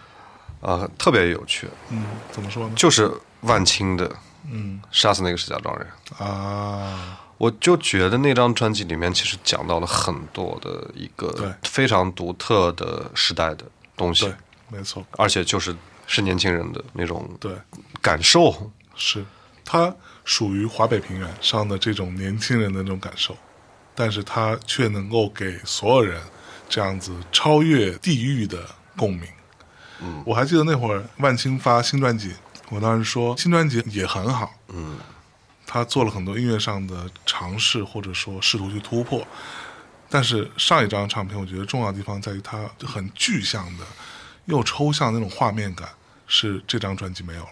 S2: 啊、特别有趣。
S1: 嗯，怎么说呢？
S2: 就是万青的《
S1: 嗯
S2: 杀死那个石家庄人》，
S1: 啊，
S2: 我就觉得那张专辑里面其实讲到了很多的一
S1: 对
S2: 个非常独特的时代的东西
S1: 对，，没错，
S2: 而且就是是年轻人的那种
S1: 对。
S2: 感受。
S1: 是，它属于华北平原上的这种年轻人的那种感受，但是它却能够给所有人这样子超越地域的共鸣。嗯，我还记得那会儿万青发新专辑，我当时说新专辑也很好，
S2: 嗯，
S1: 他做了很多音乐上的尝试，或者说试图去突破。但是上一张唱片，我觉得重要的地方在于它很具象的，又抽象的那种画面感，是这张专辑没有了。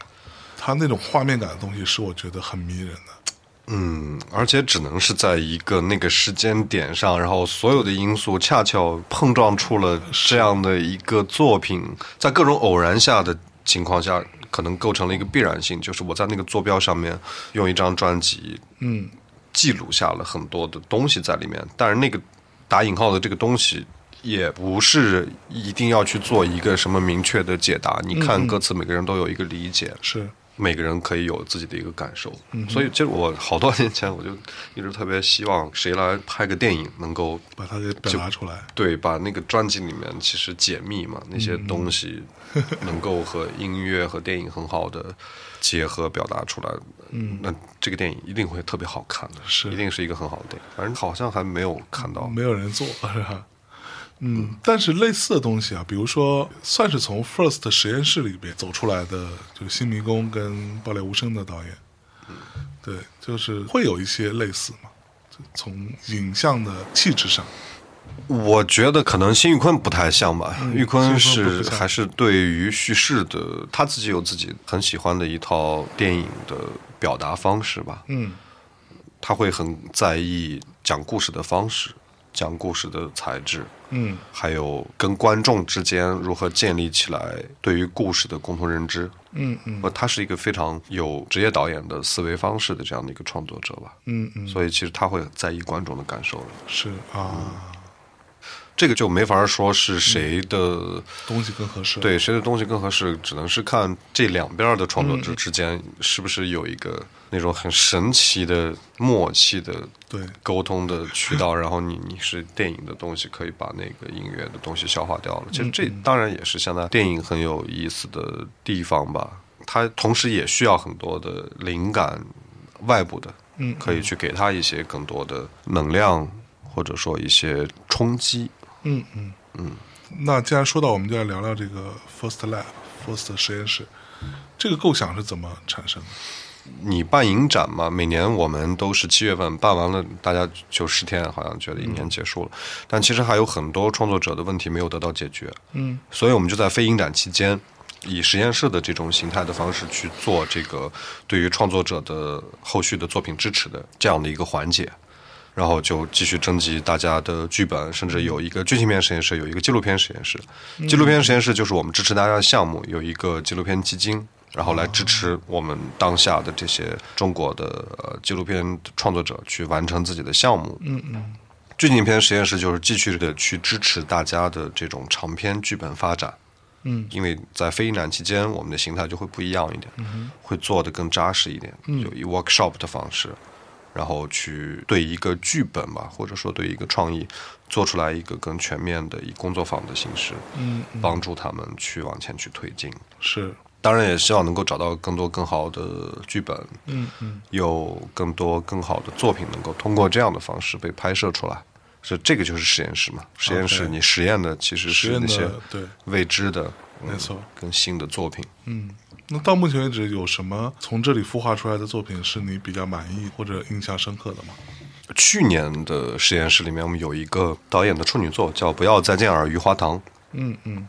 S1: 它那种画面感的东西是我觉得很迷人的。
S2: 嗯，而且只能是在一个那个时间点上，然后所有的因素恰巧碰撞出了这样的一个作品，在各种偶然下的情况下，可能构成了一个必然性，就是我在那个坐标上面用一张专辑
S1: 嗯，
S2: 记录下了很多的东西在里面，但是那个打引号的这个东西。也不是一定要去做一个什么明确的解答。你看歌词，每个人都有一个理解，
S1: 是，
S2: 每个人可以有自己的一个感受。所以，其实我好多年前我就一直特别希望谁来拍个电影，能够
S1: 把它给表达出来。
S2: 对把那个专辑里面其实解密嘛那些东西，
S1: 嗯
S2: 能够和音乐和电影很好的结合表达出来。嗯，那这个电影一定会特别好看的，
S1: 是嗯
S2: 一定是一个很好的电影。反正好像还没有看到。
S1: 没有人做，是吧？嗯，但是类似的东西啊，比如说，算是从 First 实验室里边走出来的，就是《新迷宫》跟《爆裂无声》的导演，对，就是会有一些类似嘛，就从影像的气质上，
S2: 我觉得可能辛玉坤不太像吧，
S1: 嗯
S2: 玉坤
S1: 辛玉坤
S2: 是
S1: 不像
S2: 还是对于叙事的，他自己有自己很喜欢的一套电影的表达方式吧，
S1: 嗯
S2: 他会很在意讲故事的方式、讲故事的材质，
S1: 嗯
S2: 还有跟观众之间如何建立起来对于故事的共同认知。
S1: 嗯嗯
S2: 呃，他是一个非常有职业导演的思维方式的这样的一个创作者吧，
S1: 嗯嗯，
S2: 所以其实他会很在意观众的感受了。
S1: 是啊，
S2: 这个就没法说是谁的
S1: 东西更合适，，
S2: 对谁的东西更合适，只能是看这两边的创作者之间是不是有一个那种很神奇的默契的
S1: 对嗯
S2: 沟通的渠道，然后你你是电影的东西可以把那个音乐的东西消化掉了。其实这当然也是现在电影很有意思的地方吧，它同时也需要很多的灵感外部的，
S1: 嗯
S2: 可以去给它一些更多的能量，或者说一些冲击。
S1: 嗯嗯嗯。那既然说到，我们就来聊聊这个 First Lab，First 实验室，这个构想是怎么产生的？
S2: 你办影展嘛，每年我们都是七月份办完了，大家就十天，好像觉得一年结束了。但其实还有很多创作者的问题没有得到解决，
S1: 嗯
S2: 所以我们就在非影展期间，以实验室的这种形态的方式去做这个对于创作者的后续的作品支持的这样的一个环节。然后就继续征集大家的剧本，甚至有一个剧情片实验室，有一个纪录片实验室。纪录片实验室就是我们支持大家的项目，有一个纪录片基金，然后来支持我们当下的这些中国的呃纪录片创作者去完成自己的项目。
S1: 嗯嗯
S2: 剧情片实验室就是继续的去支持大家的这种长篇剧本发展。
S1: 嗯
S2: 因为在非影展期间，我们的形态就会不一样一点，会做的更扎实一点，
S1: 嗯
S2: 就以 workshop 的方式，然后去对一个剧本吧，或者说对一个创意，做出来一个更全面的以工作坊的形式，
S1: 嗯嗯，
S2: 帮助他们去往前去推进。
S1: 是，
S2: 当然，也希望能够找到更多更好的剧本，
S1: 嗯嗯
S2: 有更多更好的作品能够通过这样的方式被拍摄出来。所以这个就是实验室嘛，实验室
S1: OK
S2: 你实验的其实
S1: 实
S2: 是
S1: 验
S2: 那些
S1: 的对，
S2: 未知的，嗯
S1: 没错，
S2: 跟新的作品。
S1: 嗯。那到目前为止，有什么从这里孵化出来的作品是你比较满意或者印象深刻的吗？
S2: 去年的实验室里面，我们有一个导演的处女作叫《不要再见尔于花堂》，
S1: 嗯嗯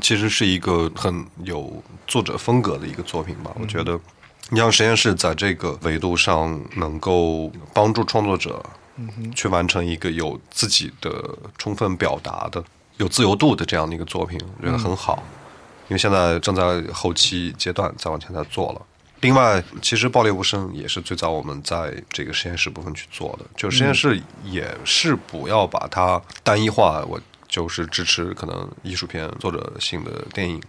S2: 其实是一个很有作者风格的一个作品吧。我觉得，你让实验室在这个维度上能够帮助创作者
S1: 嗯哼
S2: 去完成一个有自己的充分表达的、有自由度的这样的一个作品，我觉得很好。因为现在正在后期阶段，再往前再做了。另外，其实《爆裂无声》也是最早我们在这个实验室部分去做的，就实验室也是不要把它单一化，我就是支持可能艺术片作者性的电影。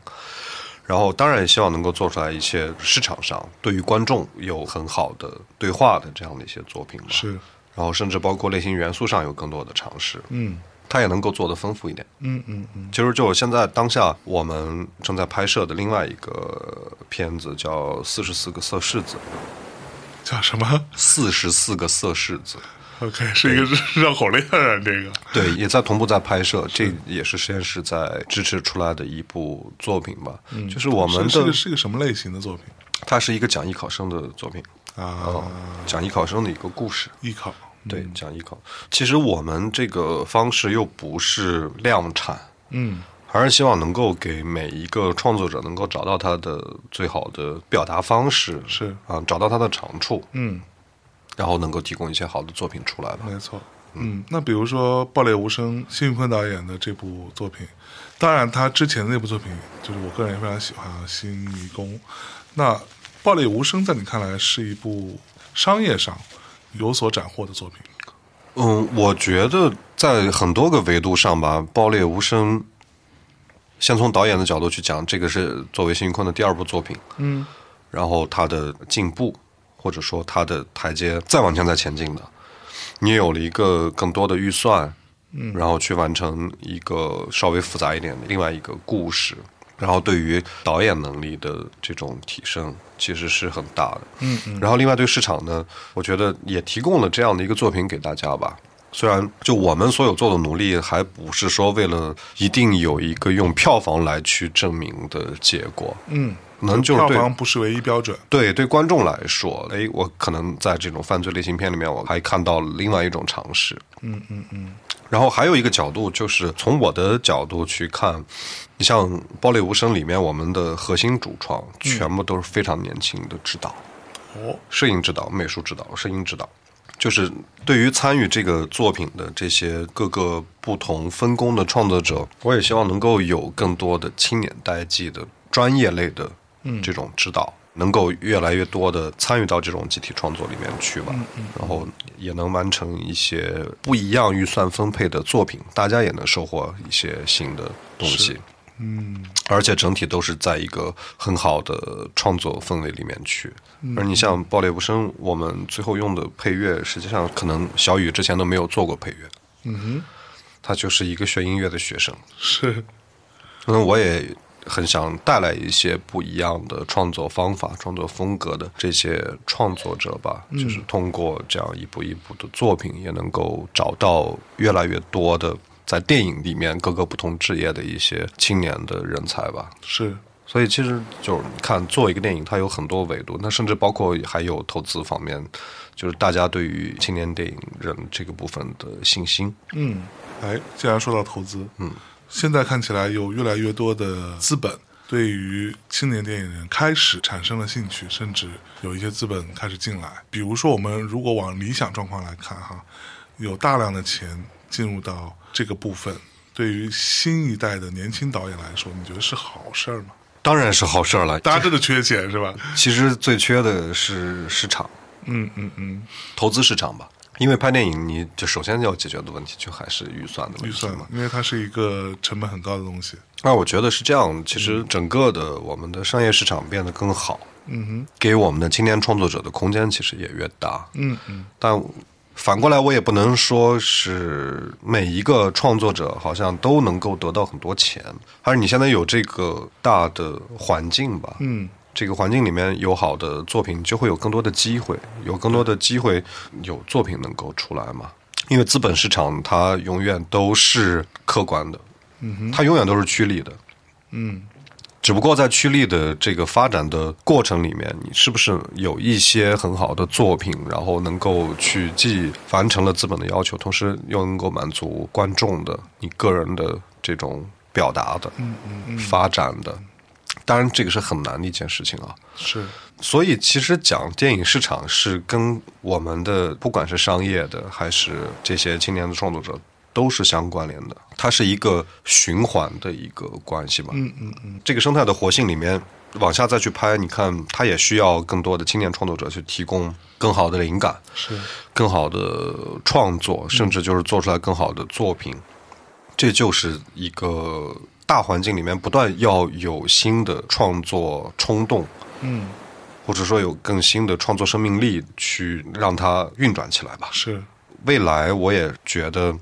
S2: 然后，当然也希望能够做出来一些市场上对于观众有很好的对话的这样的一些作品吧。
S1: 是，
S2: 然后甚至包括类型元素上有更多的尝试，
S1: 嗯
S2: 它也能够做得丰富一点。
S1: 嗯嗯嗯
S2: 其实就现在当下我们正在拍摄的另外一个片子叫《四十四个色柿子》，
S1: 叫什么
S2: 四十四个色柿子，
S1: ？OK，是一个绕绕口令啊，这个。
S2: 对，也在同步在拍摄，这也是实验室在支持出来的一部作品吧。嗯就是我们
S1: 是是
S2: 的
S1: 个，是个什么类型的作品
S2: 它是一个哦讲艺考生的作品，
S1: 啊？
S2: 讲艺考生的一个故事。
S1: 艺考，
S2: 对，讲艺考。其实我们这个方式又不是量产，
S1: 嗯
S2: 还是希望能够给每一个创作者能够找到他的最好的表达方式，
S1: 是
S2: 啊，找到他的长处，
S1: 嗯，
S2: 然后能够提供一些好的作品出来吧。
S1: 没错。嗯，那比如说《爆裂无声》，辛宇坤导演的这部作品，当然他之前的那部作品，就是我个人也非常喜欢啊，《新迷宫》。那《爆裂无声》在你看来是一部商业上有所斩获的作品？
S2: 嗯，我觉得在很多个维度上吧，《爆裂无声》，先从导演的角度去讲，这个是作为辛宇坤的第二部作品，
S1: 嗯
S2: 然后他的进步，或者说他的台阶再往前再前进的，你有了一个更多的预算，嗯，然后去完成一个稍微复杂一点的另外一个故事，然后对于导演能力的这种提升其实是很大的，
S1: 嗯嗯
S2: 然后另外对市场呢，我觉得也提供了这样的一个作品给大家吧。虽然就我们所有做的努力，还不是说为了一定有一个用票房来去证明的结果，
S1: 嗯，
S2: 能就是
S1: 票
S2: 对
S1: 房不是唯一标准，
S2: 对对观众来说，哎，我可能在这种犯罪类型片里面，我还看到了另外一种尝试。嗯嗯嗯。然后还有一个角度，就是从我的角度去看，你像《暴力无声》里面，我们的核心主创全部都是非常年轻的指导。
S1: 哦，
S2: 摄影指导、美术指导、声音指导，就是对于参与这个作品的这些各个不同分工的创作者，我也希望能够有更多的青年代际的专业类的这种指导，能够越来越多的参与到这种集体创作里面去吧，然后也能完成一些不一样预算分配的作品，大家也能收获一些新的东西。而且整体都是在一个很好的创作氛围里面去。而你像《爆裂无声》，我们最后用的配乐，实际上可能小雨之前都没有做过配乐，
S1: 嗯
S2: 他就是一个学音乐的学生。
S1: 哼，是，
S2: 嗯，我也很想带来一些不一样的创作方法、创作风格的这些创作者吧，就是通过这样一步一步的作品，也能够找到越来越多的在电影里面各个不同职业的一些青年的人才吧。
S1: 是，
S2: 所以其实就是你看，做一个电影，它有很多维度，那甚至包括还有投资方面，就是大家对于青年电影人这个部分的信心。
S1: 嗯，哎，既然说到投资，嗯，现在看起来有越来越多的资本对于青年电影人开始产生了兴趣，甚至有一些资本开始进来。比如说，我们如果往理想状况来看，哈，有大量的钱进入到这个部分，对于新一代的年轻导演来说，你觉得是好事儿吗？
S2: 当然是好事儿了。
S1: 大家真的缺钱是吧？
S2: 其实最缺的是市场，
S1: 嗯嗯嗯，
S2: 投资市场吧。因为拍电影，你就首先要解决的问题就还是预算的问
S1: 预
S2: 题
S1: 算
S2: 嘛
S1: 嘛，。因为它是一个成本很高的东西。
S2: 那我觉得是这样，其实整个的我们的商业市场变得更好，
S1: 嗯
S2: 给我们的青年创作者的空间其实也越大。
S1: 哼，嗯嗯，
S2: 但反过来，我也不能说是每一个创作者好像都能够得到很多钱，而你现在有这个大的环境吧，
S1: 嗯，
S2: 这个环境里面有好的作品，就会有更多的机会，有更多的机会有作品能够出来嘛。因为资本市场它永远都是客观的，它永远都是趋利的，
S1: 嗯，
S2: 只不过在趋利的这个发展的过程里面，你是不是有一些很好的作品，然后能够去既完成了资本的要求，同时又能够满足观众的你个人的这种表达的、
S1: 嗯
S2: 发展的？当然，这个是很难的一件事情啊。
S1: 是，
S2: 所以，其实讲电影市场是跟我们的不管是商业的，还是这些青年的创作者，都是相关联的。它是一个循环的一个关系吧。
S1: 嗯嗯嗯，
S2: 这个生态的活性里面往下再去拍，你看它也需要更多的青年创作者去提供更好的灵感，
S1: 是，
S2: 更好的创作，甚至就是做出来更好的作品。这就是一个大环境里面不断要有新的创作冲动，
S1: 嗯
S2: 或者说有更新的创作生命力去让它运转起来吧。
S1: 是。
S2: 未来我也觉得，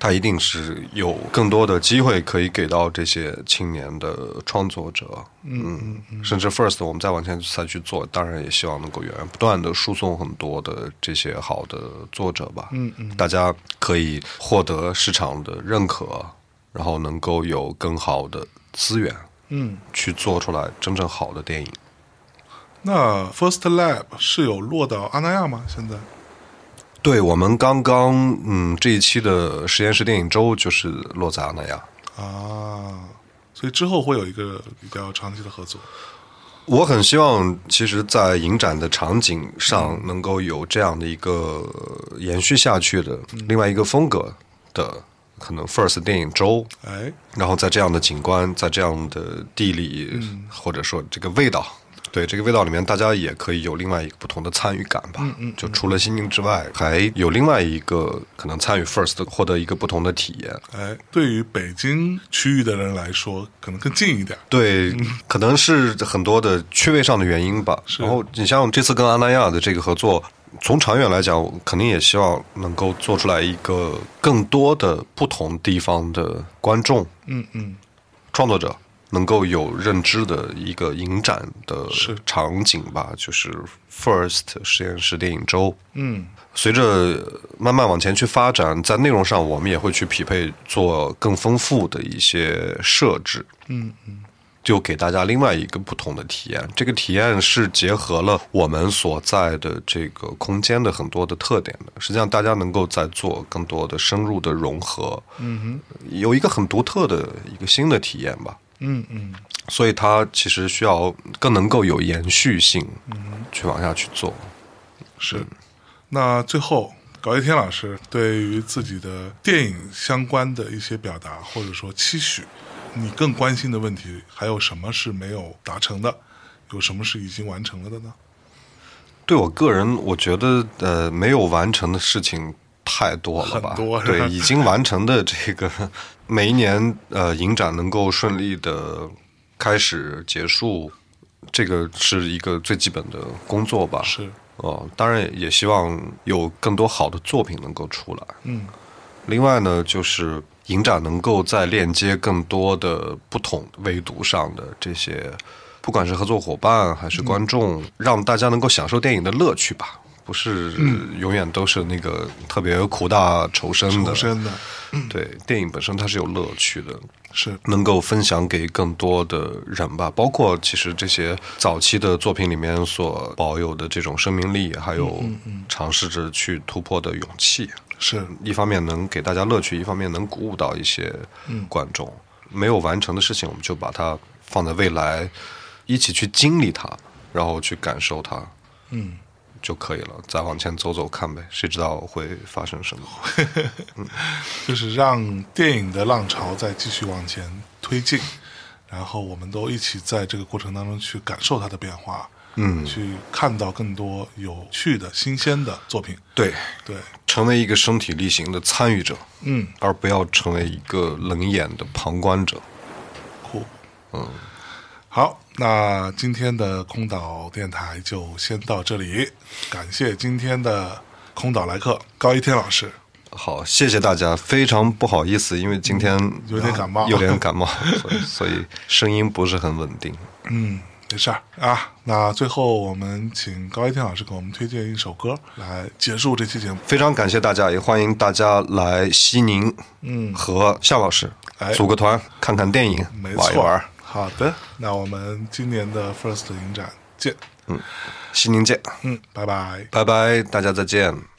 S2: 它一定是有更多的机会可以给到这些青年的创作者，嗯，甚至 First 我们再往前再去做，当然也希望能够源源不断的输送很多的这些好的作者吧，
S1: 嗯嗯，
S2: 大家可以获得市场的认可，然后能够有更好的资源
S1: 嗯，
S2: 去做出来真正好的电影。
S1: 那 First Lab 是有落到阿那亚吗？现在
S2: 对我们刚刚嗯这一期的实验室电影周就是落在阿那亚。
S1: 啊，所以之后会有一个比较长期的合作。
S2: 我很希望，其实，在影展的场景上能够有这样的一个呃延续下去的另外一个风格的，可能 First 电影周，
S1: 哎，
S2: 然后在这样的景观，在这样的地理，或者说这个味道，对这个味道里面，大家也可以有另外一个不同的参与感吧。就除了心境之外，还有另外一个可能参与 First 获得一个不同的体验。
S1: 哎，对于北京区域的人来说，可能更近一点。
S2: 对，可能是很多的趣味上的原因吧。然后你像这次跟阿那亚的这个合作，从长远来讲，我肯定也希望能够做出来一个更多的不同地方的观众、
S1: 嗯嗯，
S2: 创作者，能够有认知的一个影展的
S1: 是
S2: 场景吧，就是 First 实验室电影周。
S1: 嗯，
S2: 随着慢慢往前去发展，在内容上我们也会去匹配做更丰富的一些设置。
S1: 嗯
S2: 嗯。就给大家另外一个不同的体验，这个体验是结合了我们所在的这个空间的很多的特点的。实际上，大家能够在做更多的深入的融合，嗯哼，有一个很独特的一个新的体验吧。
S1: 嗯嗯，
S2: 所以它其实需要更能够有延续性，去往下去做。
S1: 是。那最后，高一天老师对于自己的电影相关的一些表达或者说期许，你更关心的问题还有什么是没有达成的？有什么是已经完成了的呢？
S2: 对我个人，我觉得呃，没有完成的事情太多了吧？
S1: 很多是吧
S2: 对，已经完成的这个，每一年呃，影展能够顺利的开始结束，这个是一个最基本的工作吧。
S1: 是，
S2: 哦，当然也希望有更多好的作品能够出来。
S1: 嗯，
S2: 另外呢，就是影展能够在链接更多的不同维度上的这些，不管是合作伙伴还是观众，让大家能够享受电影的乐趣吧，不是永远都是那个特别苦大仇深嗯的
S1: 重。生的
S2: 对，电影本身它是有乐趣的。
S1: 是，
S2: 能够分享给更多的人吧，包括其实这些早期的作品里面所保有的这种生命力，还有尝试着去突破的勇气，
S1: 是
S2: 一方面能给大家乐趣，一方面能鼓舞到一些
S1: 嗯
S2: 观众。没有完成的事情，我们就把它放在未来，一起去经历它，然后去感受它
S1: 嗯，
S2: 就可以了。再往前走走看呗，谁知道会发生什么？
S1: 就是让电影的浪潮再继续往前推进，然后我们都一起在这个过程当中去感受它的变化，
S2: 嗯，
S1: 去看到更多有趣的、新鲜的作品。
S2: 对，
S1: 对，
S2: 成为一个身体力行的参与者。
S1: 嗯，
S2: 而不要成为一个冷眼的旁观者。
S1: 酷，嗯，好，那今天的空岛电台就先到这里，感谢今天的空岛来客高一天老师，
S2: 好，谢谢大家，非常不好意思，因为今天
S1: 嗯
S2: 啊
S1: 有点感冒
S2: 有点感冒，所以所以声音不是很稳定。
S1: 嗯，没事儿啊。那最后我们请高一天老师给我们推荐一首歌来结束这期节目。
S2: 非常感谢大家，也欢迎大家来西宁，嗯，和夏老师
S1: 哎
S2: 组个团看看电影，
S1: 没
S2: 玩一
S1: 错，
S2: 玩。
S1: 好的，那我们今年的 First 影展见。
S2: 西宁见，
S1: 嗯，拜拜。
S2: 拜拜，大家再见。